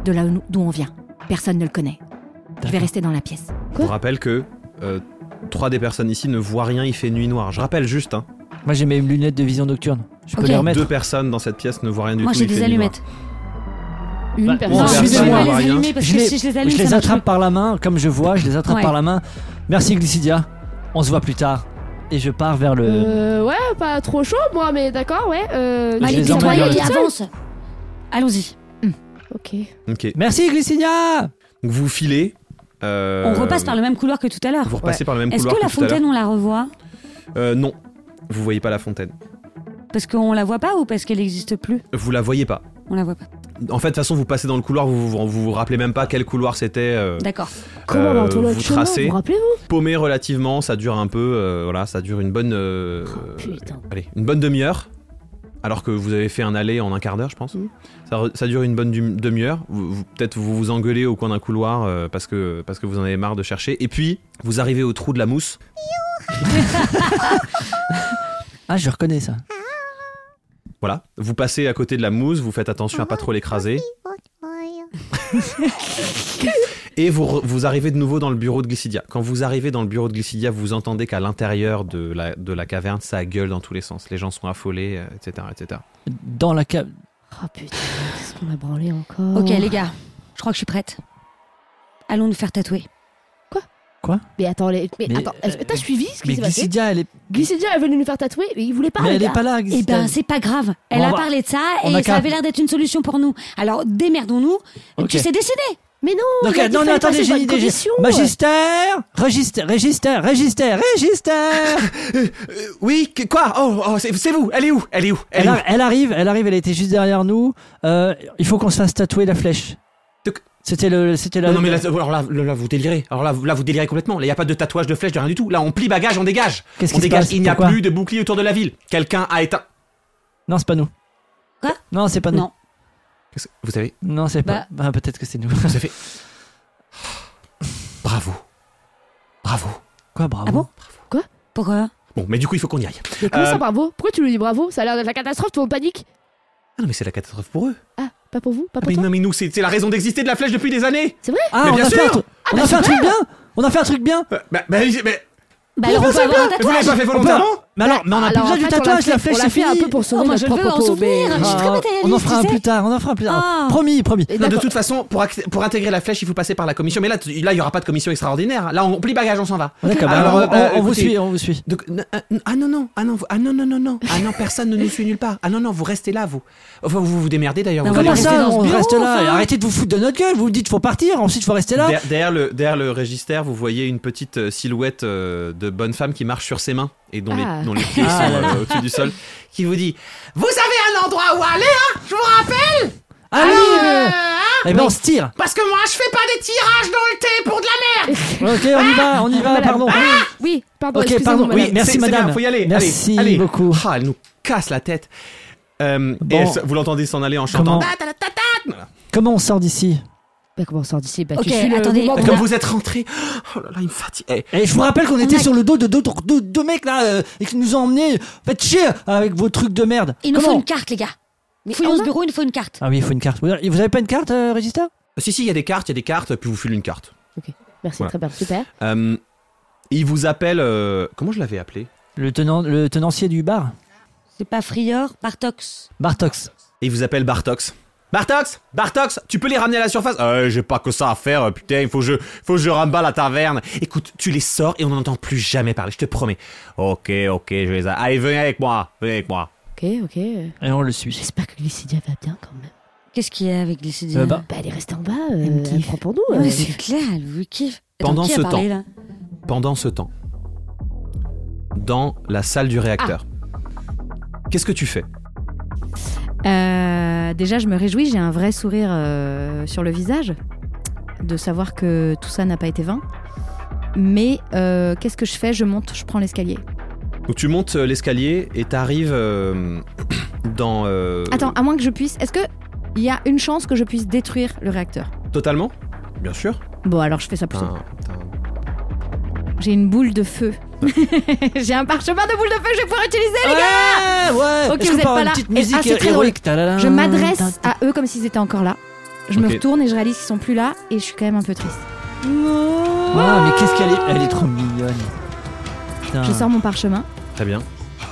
Speaker 5: De là où nous- d'où on vient. Personne ne le connaît. Je vais
Speaker 1: D'accord.
Speaker 5: rester dans la pièce.
Speaker 2: je vous rappelle que euh, trois des personnes ici ne voient rien, il fait nuit noire. Je rappelle juste, hein,
Speaker 1: Moi j'ai mes lunettes de vision nocturne. Je peux
Speaker 3: Ok.
Speaker 1: les remettre.
Speaker 2: deux personnes dans cette pièce ne voient rien du
Speaker 3: Moi
Speaker 2: tout.
Speaker 3: j'ai
Speaker 2: il fait
Speaker 3: des
Speaker 2: nuit
Speaker 3: allumettes.
Speaker 6: Une
Speaker 1: Bah,
Speaker 6: personne.
Speaker 1: bon,
Speaker 3: Non, je
Speaker 1: personne
Speaker 3: vais
Speaker 1: ne
Speaker 3: pas les
Speaker 2: voit rien.
Speaker 3: allumer parce
Speaker 1: Je
Speaker 3: que
Speaker 1: les-
Speaker 3: si je les allume,
Speaker 1: Je
Speaker 3: ça
Speaker 1: les
Speaker 3: marche
Speaker 1: attrape par la main, comme je vois, je les attrape
Speaker 3: Ouais.
Speaker 1: par la main. Merci Glycidia, on se voit plus tard. Et je pars vers le.
Speaker 6: Euh, ouais, pas trop chaud moi, mais d'accord, ouais. Euh,
Speaker 1: Je
Speaker 3: Allez,
Speaker 1: les
Speaker 3: vite,
Speaker 1: emmène vers
Speaker 3: allez,
Speaker 1: le-
Speaker 3: avance.
Speaker 2: Euh,
Speaker 3: Allons-y.
Speaker 6: Ok.
Speaker 2: noire. Ok.
Speaker 1: Merci Glycidia
Speaker 2: Donc vous filez. euh,
Speaker 3: On repasse par le même couloir que tout à l'heure.
Speaker 2: Vous repassez par le même
Speaker 3: Est-ce
Speaker 2: couloir
Speaker 3: que la
Speaker 2: tout à l'heure.
Speaker 3: fontaine, on la revoit
Speaker 2: Euh, Non, vous voyez pas la fontaine.
Speaker 3: Parce qu'on la voit pas ou parce qu'elle n'existe plus
Speaker 2: Vous la voyez pas.
Speaker 3: On la voit pas.
Speaker 2: En fait, de toute façon, vous passez dans le couloir, vous vous, vous vous rappelez même pas quel couloir c'était. euh,
Speaker 3: D'accord.
Speaker 6: Comment on va
Speaker 2: euh,
Speaker 6: tourner
Speaker 2: vous
Speaker 6: le chemin Vous
Speaker 2: tracez,
Speaker 6: vous rappelez-vous
Speaker 2: paumé relativement, ça dure un peu, euh, voilà, ça dure une bonne, euh,
Speaker 3: Oh,
Speaker 6: Putain.
Speaker 2: allez, une bonne demi-heure. Alors que vous avez fait un aller en un quart d'heure, je pense.
Speaker 6: Mm.
Speaker 2: Ça, re- ça dure une bonne dum- demi-heure. Vous- vous- Peut-être vous vous engueulez au coin d'un couloir euh, parce, que, parce que vous en avez marre de chercher. Et puis, vous arrivez au trou de la mousse.
Speaker 1: Ah, je reconnais ça.
Speaker 2: Voilà, vous passez à côté de la mousse, vous faites attention à pas trop l'écraser. Et vous, re- vous arrivez de nouveau dans le bureau de Glycidia. Quand vous arrivez dans le bureau de Glycidia, vous entendez qu'à l'intérieur de la, de la caverne, ça gueule dans tous les sens. Les gens sont affolés, euh, etc. etc.
Speaker 1: Dans la cave.
Speaker 6: Oh putain, qu'est-ce qu'on a branlé encore
Speaker 5: Oh.
Speaker 3: Ok, les gars, je crois que je suis prête. Allons nous faire tatouer.
Speaker 6: Mais attends, les... mais,
Speaker 1: Mais,
Speaker 6: attends, est-ce que
Speaker 1: euh,
Speaker 6: t'as suivi ce
Speaker 1: Mais
Speaker 6: qui s'est passé
Speaker 1: Glycidia, elle est.
Speaker 6: Glycidia, elle voulait nous faire tatouer, mais il voulait pas.
Speaker 1: mais
Speaker 6: les
Speaker 1: elle est
Speaker 6: gars.
Speaker 1: pas là,
Speaker 3: Eh
Speaker 1: Glycidia.
Speaker 3: ben, c'est pas grave. Elle
Speaker 1: Bon,
Speaker 3: a
Speaker 1: on va-
Speaker 3: parlé de ça
Speaker 1: on
Speaker 3: et
Speaker 1: a
Speaker 3: ça
Speaker 1: qu'à-
Speaker 3: avait l'air d'être une solution pour nous. Alors démerdons-nous.
Speaker 1: Ok.
Speaker 3: Tu sais décider.
Speaker 6: Mais non,
Speaker 1: Donc, euh,
Speaker 6: il a dit
Speaker 1: non,
Speaker 6: qu'il
Speaker 1: mais
Speaker 6: fallait
Speaker 1: attendez,
Speaker 6: passer
Speaker 1: j'ai
Speaker 6: par
Speaker 1: une
Speaker 6: une
Speaker 1: idée. j'ai-
Speaker 6: commission.
Speaker 1: Magistère Register, register, register, register
Speaker 2: oui, quoi Oh, c'est vous Elle est où Elle est où
Speaker 1: elle, ar- elle arrive, elle arrive, elle était juste derrière nous. Euh, il faut qu'on se fasse tatouer la flèche.
Speaker 2: Donc-
Speaker 1: C'était le. C'était la.
Speaker 2: Non, mais là, alors là, là, là, vous délirez. Alors là, vous- là, vous délirez complètement. Là, il n'y a pas de tatouage de flèche, de rien du tout. Là, on plie bagage, on dégage.
Speaker 1: Qu'est-ce
Speaker 2: on
Speaker 1: qui se
Speaker 2: dégage.
Speaker 1: passe
Speaker 2: il n'y a
Speaker 1: Pourquoi
Speaker 2: plus de bouclier autour de la ville. Quelqu'un a éteint.
Speaker 1: Non, c'est pas nous.
Speaker 3: Quoi
Speaker 1: Non, c'est pas nous.
Speaker 3: Non.
Speaker 2: Qu'est-ce- Vous savez,
Speaker 1: Non, c'est
Speaker 3: Bah-
Speaker 1: pas. Bah, peut-être que c'est nous.
Speaker 2: vous avez. Bravo. Bravo.
Speaker 1: Quoi, bravo.
Speaker 3: Ah bon Pourquoi
Speaker 2: Bon, mais du coup, il faut qu'on y aille.
Speaker 6: Mais comment
Speaker 2: Euh,
Speaker 6: ça, bravo Pourquoi tu lui dis bravo Ça a l'air d'être la catastrophe, tout le monde panique.
Speaker 2: Ah non, mais c'est la catastrophe pour eux.
Speaker 6: Ah, pas pour vous Pas
Speaker 2: Ah,
Speaker 6: pour
Speaker 2: mais
Speaker 6: toi
Speaker 2: non, mais nous, c'est c'est la raison d'exister de la flèche depuis des années.
Speaker 1: Ah,
Speaker 2: Mais
Speaker 1: on
Speaker 2: bien
Speaker 1: a fait un,
Speaker 2: sûr
Speaker 1: tru- on a fait un truc bien On a fait un truc bien
Speaker 2: Euh, Bah, bah, mais- mais
Speaker 3: Bah alors on peut avoir un
Speaker 2: vous
Speaker 3: tatouage.
Speaker 2: l'avez pas fait
Speaker 1: On peut-
Speaker 2: volontairement
Speaker 1: Mais alors, mais on a plus
Speaker 6: Alors,
Speaker 1: besoin
Speaker 6: en
Speaker 1: du
Speaker 6: fait, on
Speaker 1: tatouage,
Speaker 6: fait-
Speaker 1: la flèche
Speaker 6: on l'a
Speaker 1: suffit
Speaker 6: fait un peu pour sauver
Speaker 3: Oh, moi,
Speaker 6: notre
Speaker 3: je le veux
Speaker 6: propre
Speaker 3: en
Speaker 6: peau,
Speaker 3: souvenir.
Speaker 6: mais-
Speaker 3: Je suis très
Speaker 1: Ah,
Speaker 3: matérialiste,
Speaker 1: On en
Speaker 3: tu
Speaker 1: fera un
Speaker 3: sais.
Speaker 1: plus tard, on en fera un plus tard.
Speaker 3: Ah.
Speaker 1: Promis, promis.
Speaker 6: Et
Speaker 2: Non, de
Speaker 6: d'accord.
Speaker 2: toute façon, pour, ac- pour intégrer la flèche, il faut passer par la commission. Mais là, tu- là, il n'y aura pas de commission extraordinaire. hein. Là, on plie bagage, on s'en va.
Speaker 1: D'accord, bah,
Speaker 2: Alors,
Speaker 1: on,
Speaker 2: euh,
Speaker 1: on- on vous
Speaker 2: écoutez,
Speaker 1: suit, on vous suit.
Speaker 2: Donc, n- ah n- ah non, non, ah non, vous- ah non, non, non, non, ah non, personne ne nous suit nulle part. Ah non, non, vous restez là, vous. Enfin, vous vous démerdez d'ailleurs.
Speaker 3: Non,
Speaker 2: vous
Speaker 3: mais
Speaker 2: allez
Speaker 1: Comment
Speaker 3: rester
Speaker 1: ça,
Speaker 3: dans ce
Speaker 1: on
Speaker 3: bureau,
Speaker 1: reste là
Speaker 3: enfin.
Speaker 1: et Arrêtez de vous foutre de notre gueule, vous me dites faut partir, ensuite faut rester là.
Speaker 2: Der- derrière, le, derrière le register, vous voyez une petite euh, silhouette euh, de bonne femme qui marche sur ses mains et dont,
Speaker 6: Ah.
Speaker 2: les, dont les pieds sont
Speaker 1: Ah là là.
Speaker 2: euh, au-dessus du sol, qui vous dit Vous avez un endroit où aller, hein Je vous rappelle,
Speaker 1: Allez
Speaker 2: euh,
Speaker 1: euh,
Speaker 2: hein
Speaker 1: Eh ben on se tire
Speaker 2: Parce que moi, je fais pas des tirages dans le thé pour de la merde
Speaker 1: Ok, on y
Speaker 5: Ah
Speaker 1: va, on y va,
Speaker 6: Madame.
Speaker 1: pardon.
Speaker 6: Oui, pardon,
Speaker 1: Ok,
Speaker 6: excusez-nous,
Speaker 1: pardon, oui,
Speaker 6: madame.
Speaker 1: merci,
Speaker 2: c'est- c'est
Speaker 1: madame.
Speaker 2: bien, faut y aller.
Speaker 1: Merci
Speaker 2: allez, allez.
Speaker 1: beaucoup.
Speaker 2: Ah, elle nous casse la tête. Euh,
Speaker 1: Bon.
Speaker 2: et elle se- vous l'entendez s'en aller en chantant.
Speaker 1: Comment- Comment on sort d'ici
Speaker 6: Bah, comment on sort d'ici Bah, tu
Speaker 3: Ok,
Speaker 6: suis le
Speaker 3: attendez.
Speaker 6: mouvement
Speaker 3: On
Speaker 2: Et
Speaker 6: qu'on
Speaker 2: Quand
Speaker 6: a-
Speaker 2: vous êtes rentré, oh là là, il me fatigue. Eh,
Speaker 1: Et je vous rappelle qu'on était
Speaker 3: a-
Speaker 1: sur le dos de deux, deux, deux mecs là euh, et qui nous ont emmenés. Faites chier avec vos trucs de merde.
Speaker 3: Il nous
Speaker 1: Comment
Speaker 3: faut une carte, les gars. Fouillons
Speaker 6: on
Speaker 3: ce
Speaker 6: a-
Speaker 3: bureau, il nous faut une carte.
Speaker 1: Ah oui, il faut une carte. Vous vous avez pas une carte, euh, Régista
Speaker 2: Si, si, il y a des cartes, il y a des cartes, puis vous filez une carte.
Speaker 6: Merci,
Speaker 2: Voilà.
Speaker 6: très bien, super.
Speaker 2: Euh, il vous appelle. euh, comment je l'avais appelé
Speaker 1: le, tenant, le tenancier du bar,
Speaker 3: C'est pas Frior, Bartox.
Speaker 1: Bartox.
Speaker 2: Et il vous appelle Bartox. Bartox Bartox Tu peux les ramener à la surface Euh, j'ai pas que ça à faire, euh, putain, il faut que je, faut que je remballe la taverne. Écoute, tu les sors et on n'entend plus jamais parler, je te promets. Ok, ok, je les ai. Allez, venez avec moi, venez avec moi.
Speaker 6: Ok, ok. euh,
Speaker 1: Et on le suit.
Speaker 6: J'espère que Lucidia va bien quand même.
Speaker 3: Qu'est-ce qu'il y a avec Glycidine
Speaker 1: Euh, bah,
Speaker 6: Bah, elle est restée en bas, euh,
Speaker 3: Elle me
Speaker 6: elle
Speaker 3: kiffe.
Speaker 6: prend pour nous. euh.
Speaker 3: Ouais, c'est clair, elle vous kiffe. Attends,
Speaker 2: Pendant
Speaker 3: qui a
Speaker 2: ce
Speaker 3: parlé, là
Speaker 2: Pendant ce temps, dans la salle du réacteur, qu'est-ce que tu fais
Speaker 5: Euh, déjà, je me réjouis, j'ai un vrai sourire euh, sur le visage de savoir que tout ça n'a pas été vain. Mais euh, qu'est-ce que je fais Je monte, je prends l'escalier.
Speaker 2: Donc tu montes euh, l'escalier et t'arrives euh, dans... euh,
Speaker 5: Attends, à moins que je puisse. Est-ce que il y a une chance que je puisse détruire le réacteur
Speaker 2: Totalement Bien sûr.
Speaker 5: Bon, alors je fais ça plutôt.
Speaker 2: T'as un- t'as un-
Speaker 5: J'ai une boule de feu. j'ai un parchemin de boule de feu, je vais pouvoir utiliser.
Speaker 1: Ouais, ouais.
Speaker 5: Ah, Ok,
Speaker 1: Est-ce
Speaker 5: vous
Speaker 1: qu'on
Speaker 5: êtes
Speaker 1: peut avoir
Speaker 5: pas
Speaker 1: une
Speaker 5: là.
Speaker 1: petite
Speaker 5: Et- ah,
Speaker 1: musique euh,
Speaker 5: c'est très
Speaker 1: héroïque. Tadadam,
Speaker 5: Je m'adresse
Speaker 1: tadadam.
Speaker 5: à eux comme s'ils étaient encore là. Je me
Speaker 2: Ok.
Speaker 5: retourne et je réalise qu'ils sont plus là et je suis quand même un peu triste.
Speaker 1: Ah, mais qu'est-ce qu'elle est Elle est trop mignonne. Putain.
Speaker 2: Ah.
Speaker 5: Je sors mon parchemin.
Speaker 2: Très bien.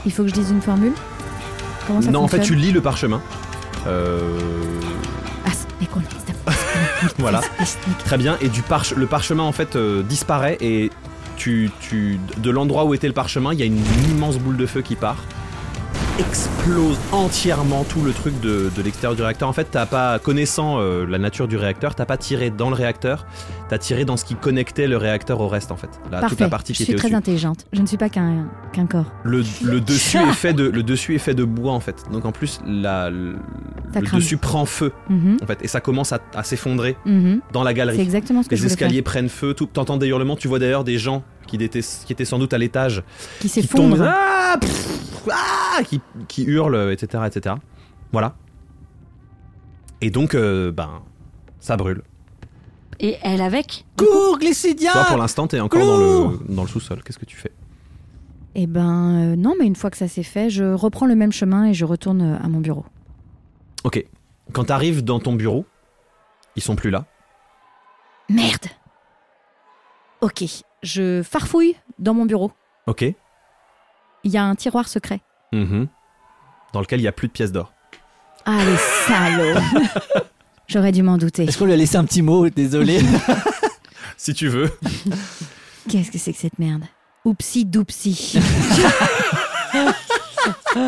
Speaker 5: Il faut que je dise une formule. Comment ça
Speaker 2: non, en fait, tu
Speaker 5: fonctionne
Speaker 2: lis le parchemin. Euh,
Speaker 5: Ah, c'est- mais qu'on est- c'est-
Speaker 2: voilà.
Speaker 5: c'est- c'est-
Speaker 2: Très bien. Et du parche- le parchemin, en fait, euh, disparaît. Et tu, tu, de l'endroit où était le parchemin, il y a une immense boule de feu qui part. Explose entièrement tout le truc de, de l'extérieur du réacteur. En fait, t'as pas, connaissant euh, la nature du réacteur, t'as pas tiré dans le réacteur, t'as tiré dans ce qui connectait le réacteur au reste, en fait. Là, toute
Speaker 5: Parfait.
Speaker 2: la partie
Speaker 5: je
Speaker 2: qui
Speaker 5: suis
Speaker 2: était
Speaker 5: très
Speaker 2: au-dessus.
Speaker 5: intelligente. Je ne suis pas qu'un qu'un corps.
Speaker 2: Le, le dessus est fait de, le dessus est fait de bois, en fait. Donc, en plus, la, le
Speaker 5: Ça
Speaker 2: le
Speaker 5: crame.
Speaker 2: dessus prend feu.
Speaker 5: Mhm,
Speaker 2: en fait, et ça commence à, à s'effondrer
Speaker 5: mhm.
Speaker 2: dans la
Speaker 5: C'est
Speaker 2: galerie.
Speaker 5: exactement ce que je
Speaker 2: Les
Speaker 5: voulais
Speaker 2: escaliers prennent feu, tout- t'entends des hurlements, tu vois d'ailleurs des gens qui étaient, qui étaient sans doute à l'étage,
Speaker 5: faire. Qui
Speaker 2: qui tombent,
Speaker 5: s'effondrent.
Speaker 2: Ah Pff Ah qui, qui hurlent, etc., etc. Voilà. Et donc, euh, ben, ça brûle.
Speaker 3: Et elle avec
Speaker 1: Cours,
Speaker 2: Toi, pour
Speaker 5: Ah,
Speaker 1: Glycidia
Speaker 2: l'instant, t'es encore dans
Speaker 1: Clou
Speaker 2: le, dans le sous-sol. Qu'est-ce que tu fais
Speaker 5: Eh ben euh, non, mais une fois que ça s'est fait, je reprends le même chemin et je retourne euh, à mon bureau.
Speaker 2: Ok. Quand t'arrives dans ton bureau, ils sont plus là.
Speaker 5: Merde. Ok, je farfouille dans mon bureau.
Speaker 2: Ok.
Speaker 5: Il y a un tiroir secret.
Speaker 2: Mhm. Dans lequel il n'y a plus de pièces d'or.
Speaker 5: Ah les salauds. J'aurais dû m'en douter.
Speaker 1: Est-ce qu'on lui a laissé un petit mot Désolé.
Speaker 2: Si tu veux.
Speaker 5: Qu'est-ce que c'est que cette merde Oupsie doupsie.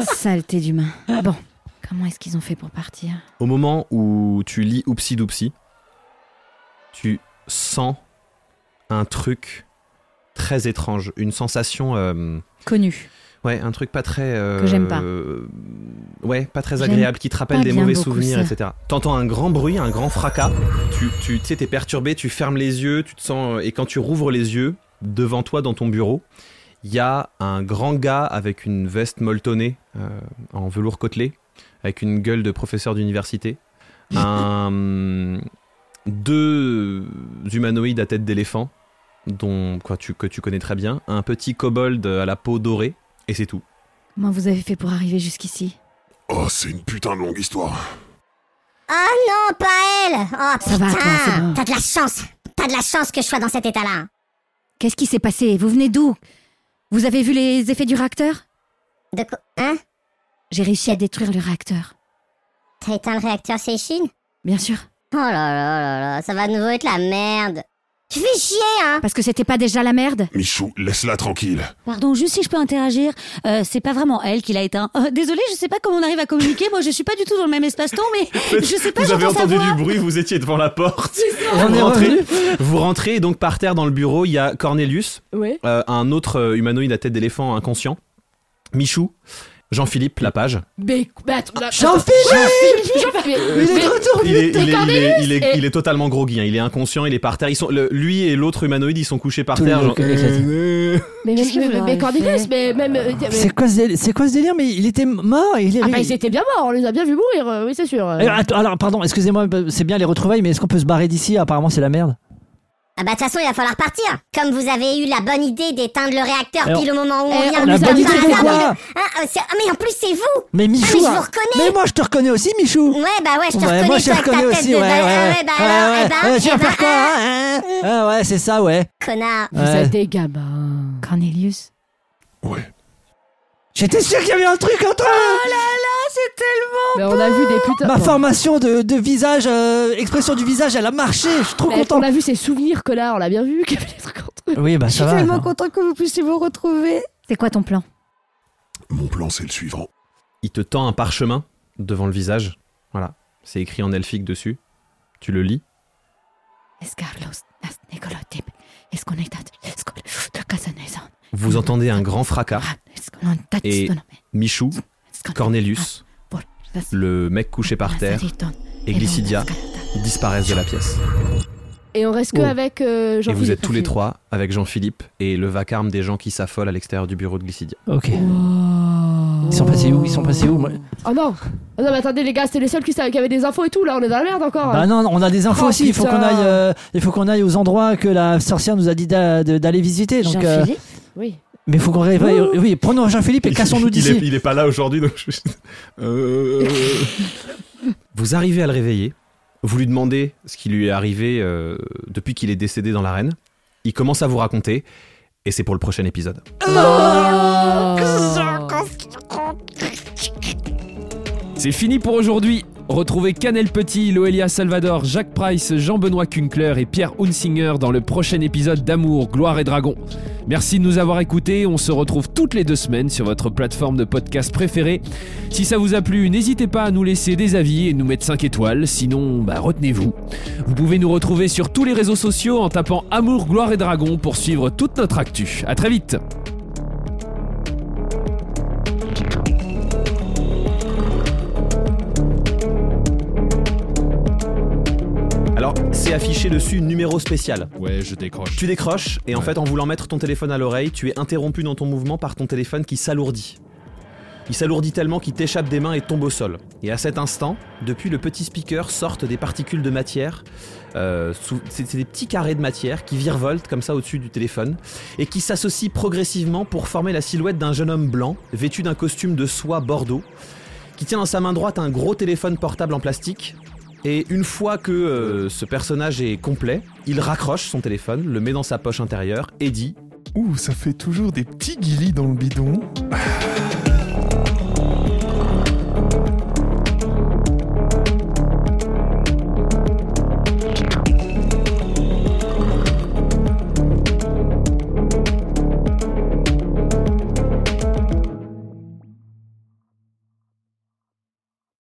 Speaker 5: Saleté d'humain. Bon, comment est-ce qu'ils ont fait pour partir
Speaker 2: Au moment où tu lis Oupsi Doupsi, tu sens un truc très étrange, une sensation, euh,
Speaker 5: Connu.
Speaker 2: ouais, un truc pas très, euh,
Speaker 5: Que j'aime pas.
Speaker 2: euh, ouais, pas très
Speaker 5: J'aime
Speaker 2: agréable, qui te rappelle
Speaker 5: pas
Speaker 2: des
Speaker 5: bien
Speaker 2: mauvais
Speaker 5: beaucoup
Speaker 2: souvenirs,
Speaker 5: ça.
Speaker 2: etc. T'entends un grand bruit, un grand fracas. Tu, tu, tu sais, t'es perturbé, tu fermes les yeux, tu te sens, euh, et quand tu rouvres les yeux, devant toi, dans ton bureau, il y a un grand gars avec une veste molletonnée euh, en velours côtelé, avec une gueule de professeur d'université, un, deux humanoïdes à tête d'éléphant, dont quoi, tu, que tu connais très bien, un petit kobold à la peau dorée, et c'est tout.
Speaker 5: Comment vous avez fait pour arriver jusqu'ici
Speaker 9: Oh, c'est une putain de longue histoire.
Speaker 10: Ah non, pas elle Oh
Speaker 5: Ça va,
Speaker 10: putain
Speaker 5: toi, c'est bon.
Speaker 10: T'as de la chance T'as de la chance que je sois dans cet état-là
Speaker 5: Qu'est-ce qui s'est passé Vous venez d'où Vous avez vu les effets du réacteur
Speaker 10: De quoi Hein
Speaker 5: J'ai réussi à détruire le réacteur.
Speaker 10: T'as éteint le réacteur Seishin
Speaker 5: Bien sûr.
Speaker 10: Oh là là là là, ça va de nouveau être la merde Tu fais chier, hein
Speaker 5: Parce que c'était pas déjà la merde
Speaker 9: Michou, laisse-la tranquille.
Speaker 3: Pardon, juste si je peux interagir, euh, c'est pas vraiment elle qui l'a éteint. Euh, désolée, je sais pas comment on arrive à communiquer. Moi, je suis pas du tout dans le même espace-temps, mais je sais pas.
Speaker 2: Vous avez
Speaker 3: j'entends sa
Speaker 2: entendu
Speaker 3: voix.
Speaker 2: du bruit, vous étiez devant la porte.
Speaker 1: On
Speaker 2: Vous
Speaker 1: est revenu.
Speaker 2: rentrez, vous rentrez et donc par terre dans le bureau, il y a Cornelius,
Speaker 6: Ouais.
Speaker 2: euh, un autre euh, humanoïde à tête d'éléphant inconscient, Michou Jean-Philippe Lapage.
Speaker 6: Mais, mais attends,
Speaker 1: Jean-Philippe
Speaker 6: Jean-Philippe
Speaker 1: Il est de retour
Speaker 2: Il est, il est- il est- il est-
Speaker 6: Cornelius et-
Speaker 2: il est totalement groggy, hein, il est inconscient, il est par terre. Ils sont, le- lui et l'autre humanoïde, ils sont couchés par
Speaker 1: Tout
Speaker 2: terre.
Speaker 1: le-
Speaker 2: genre, euh,
Speaker 6: Mais, mais,
Speaker 11: Qu'est-ce que
Speaker 6: mais-
Speaker 11: vous leur
Speaker 6: mais
Speaker 11: avez
Speaker 6: Cornelius,
Speaker 11: fait
Speaker 6: mais même. euh, mais-
Speaker 1: C'est quoi, ce déli- c'est quoi ce délire Mais il était mort et il est
Speaker 6: Ah bah
Speaker 1: réveillé.
Speaker 6: ils étaient bien morts, on les a bien vus mourir, euh, oui c'est sûr. euh.
Speaker 1: Euh, attends, alors, pardon, excusez-moi, bah, c'est bien les retrouvailles, mais est-ce qu'on peut se barrer d'ici Apparemment, c'est la merde.
Speaker 10: Ah bah de toute façon, il va falloir partir. Comme vous avez eu la bonne idée d'éteindre le réacteur
Speaker 1: Eh,
Speaker 10: pile au moment où
Speaker 6: eh,
Speaker 10: on vient.
Speaker 6: on
Speaker 1: La
Speaker 6: nous a
Speaker 1: bonne
Speaker 6: mis
Speaker 1: idée
Speaker 6: dans
Speaker 1: de
Speaker 6: la
Speaker 1: quoi
Speaker 10: Ah, ah, c'est- ah, mais en plus, c'est vous
Speaker 1: Mais
Speaker 10: Ah,
Speaker 1: Michou
Speaker 10: mais je vous
Speaker 1: ah.
Speaker 10: reconnais
Speaker 1: Mais moi, je te reconnais aussi, Michou
Speaker 10: Ouais, bah ouais, je
Speaker 1: Ouais,
Speaker 10: te reconnais,
Speaker 1: moi, je te
Speaker 10: toi, avec ta
Speaker 1: reconnais
Speaker 10: tête
Speaker 1: aussi,
Speaker 10: de
Speaker 1: ouais,
Speaker 10: ba-
Speaker 1: ouais,
Speaker 10: Ah
Speaker 1: ouais.
Speaker 10: ouais, bah alors, eh
Speaker 1: Ouais,
Speaker 10: ben,
Speaker 1: ouais, tu
Speaker 10: eh
Speaker 1: vas
Speaker 10: ben,
Speaker 1: faire quoi,
Speaker 10: ah,
Speaker 1: hein, hein Ah ouais, c'est ça, ouais.
Speaker 10: Connard.
Speaker 6: Vous
Speaker 1: Ouais.
Speaker 6: êtes des gamins.
Speaker 5: Cornelius.
Speaker 12: Ouais.
Speaker 1: J'étais sûr qu'il y avait un truc entre
Speaker 10: Oh
Speaker 1: eux
Speaker 6: Mais on a vu des putains.
Speaker 1: Ma
Speaker 6: Bon.
Speaker 1: formation de, de visage, euh, expression du visage, elle a marché, je suis trop
Speaker 10: Bah,
Speaker 6: Mais
Speaker 1: content.
Speaker 6: On a vu ses souvenirs que là, on l'a bien vu qu'il y avait des trucs entre eux.
Speaker 1: Oui, bah
Speaker 3: Je suis
Speaker 1: ça va.
Speaker 3: tellement
Speaker 1: attends.
Speaker 3: contente que vous puissiez vous retrouver.
Speaker 5: C'est quoi ton plan
Speaker 12: Mon plan, c'est le suivant.
Speaker 2: Il te tend un parchemin devant le visage. Voilà, c'est écrit en elfique dessus. Tu le lis. Vous entendez un grand fracas. Et Michou, Cornelius,
Speaker 5: Ah,
Speaker 2: le mec couché par terre, et Glycidia disparaissent de la pièce.
Speaker 6: Et on reste que
Speaker 1: Oh.
Speaker 6: avec euh,
Speaker 2: Et
Speaker 6: Jean-Philippe.
Speaker 2: vous êtes tous les trois avec Jean-Philippe et le vacarme des gens qui s'affolent à l'extérieur du bureau de Glycidia.
Speaker 1: Ok.
Speaker 6: Wow.
Speaker 1: Ils sont passés où Ils sont passés où moi
Speaker 6: Oh non Oh non mais attendez les gars, c'était les seuls qui, savaient- qui avaient des infos et tout, là on est dans la merde encore.
Speaker 1: Bah non, on a des infos
Speaker 6: Oh,
Speaker 1: aussi. Il faut
Speaker 6: putain.
Speaker 1: qu'on aille, euh, il faut qu'on aille aux endroits que la sorcière nous a dit d'a- de- d'aller visiter. Donc, euh,
Speaker 3: Jean-Philippe
Speaker 6: Oui.
Speaker 1: mais faut qu'on réveille. Oui, prenons Jean-Philippe et cassons-nous d'ici.
Speaker 2: il est pas là aujourd'hui, donc Euh, vous arrivez à le réveiller, vous lui demandez ce qui lui est arrivé euh, depuis qu'il est décédé dans l'arène. Il commence à vous raconter, et c'est pour le prochain épisode.
Speaker 6: Oh.
Speaker 8: C'est fini pour aujourd'hui. Retrouvez Canel Petit, Loelia Salvador, Jacques Price, Jean-Benoît Kunkler et Pierre Hunsinger dans le prochain épisode d'Amour, Gloire et Dragon. Merci de nous avoir écoutés. On se retrouve toutes les deux semaines sur votre plateforme de podcast préférée. Si ça vous a plu, n'hésitez pas à nous laisser des avis et nous mettre 5 étoiles. Sinon, bah, retenez-vous. Vous pouvez nous retrouver sur tous les réseaux sociaux en tapant Amour, Gloire et Dragon pour suivre toute notre actu. À très vite.
Speaker 2: Alors, c'est affiché dessus numéro spécial.
Speaker 8: Ouais, je décroche.
Speaker 2: Tu décroches, et en
Speaker 8: Ouais.
Speaker 2: fait, en voulant mettre ton téléphone à l'oreille, tu es interrompu dans ton mouvement par ton téléphone qui s'alourdit. Il s'alourdit tellement qu'il t'échappe des mains et tombe au sol. Et à cet instant, depuis le petit speaker sortent des particules de matière, euh, sous- c'est c'est des petits carrés de matière qui virevoltent comme ça au-dessus du téléphone, et qui s'associent progressivement pour former la silhouette d'un jeune homme blanc, vêtu d'un costume de soie bordeaux, qui tient dans sa main droite un gros téléphone portable en plastique, et une fois que euh, ce personnage est complet, il raccroche son téléphone, le met dans sa poche intérieure et dit
Speaker 9: Ouh, ça fait toujours des petits guillis dans le bidon.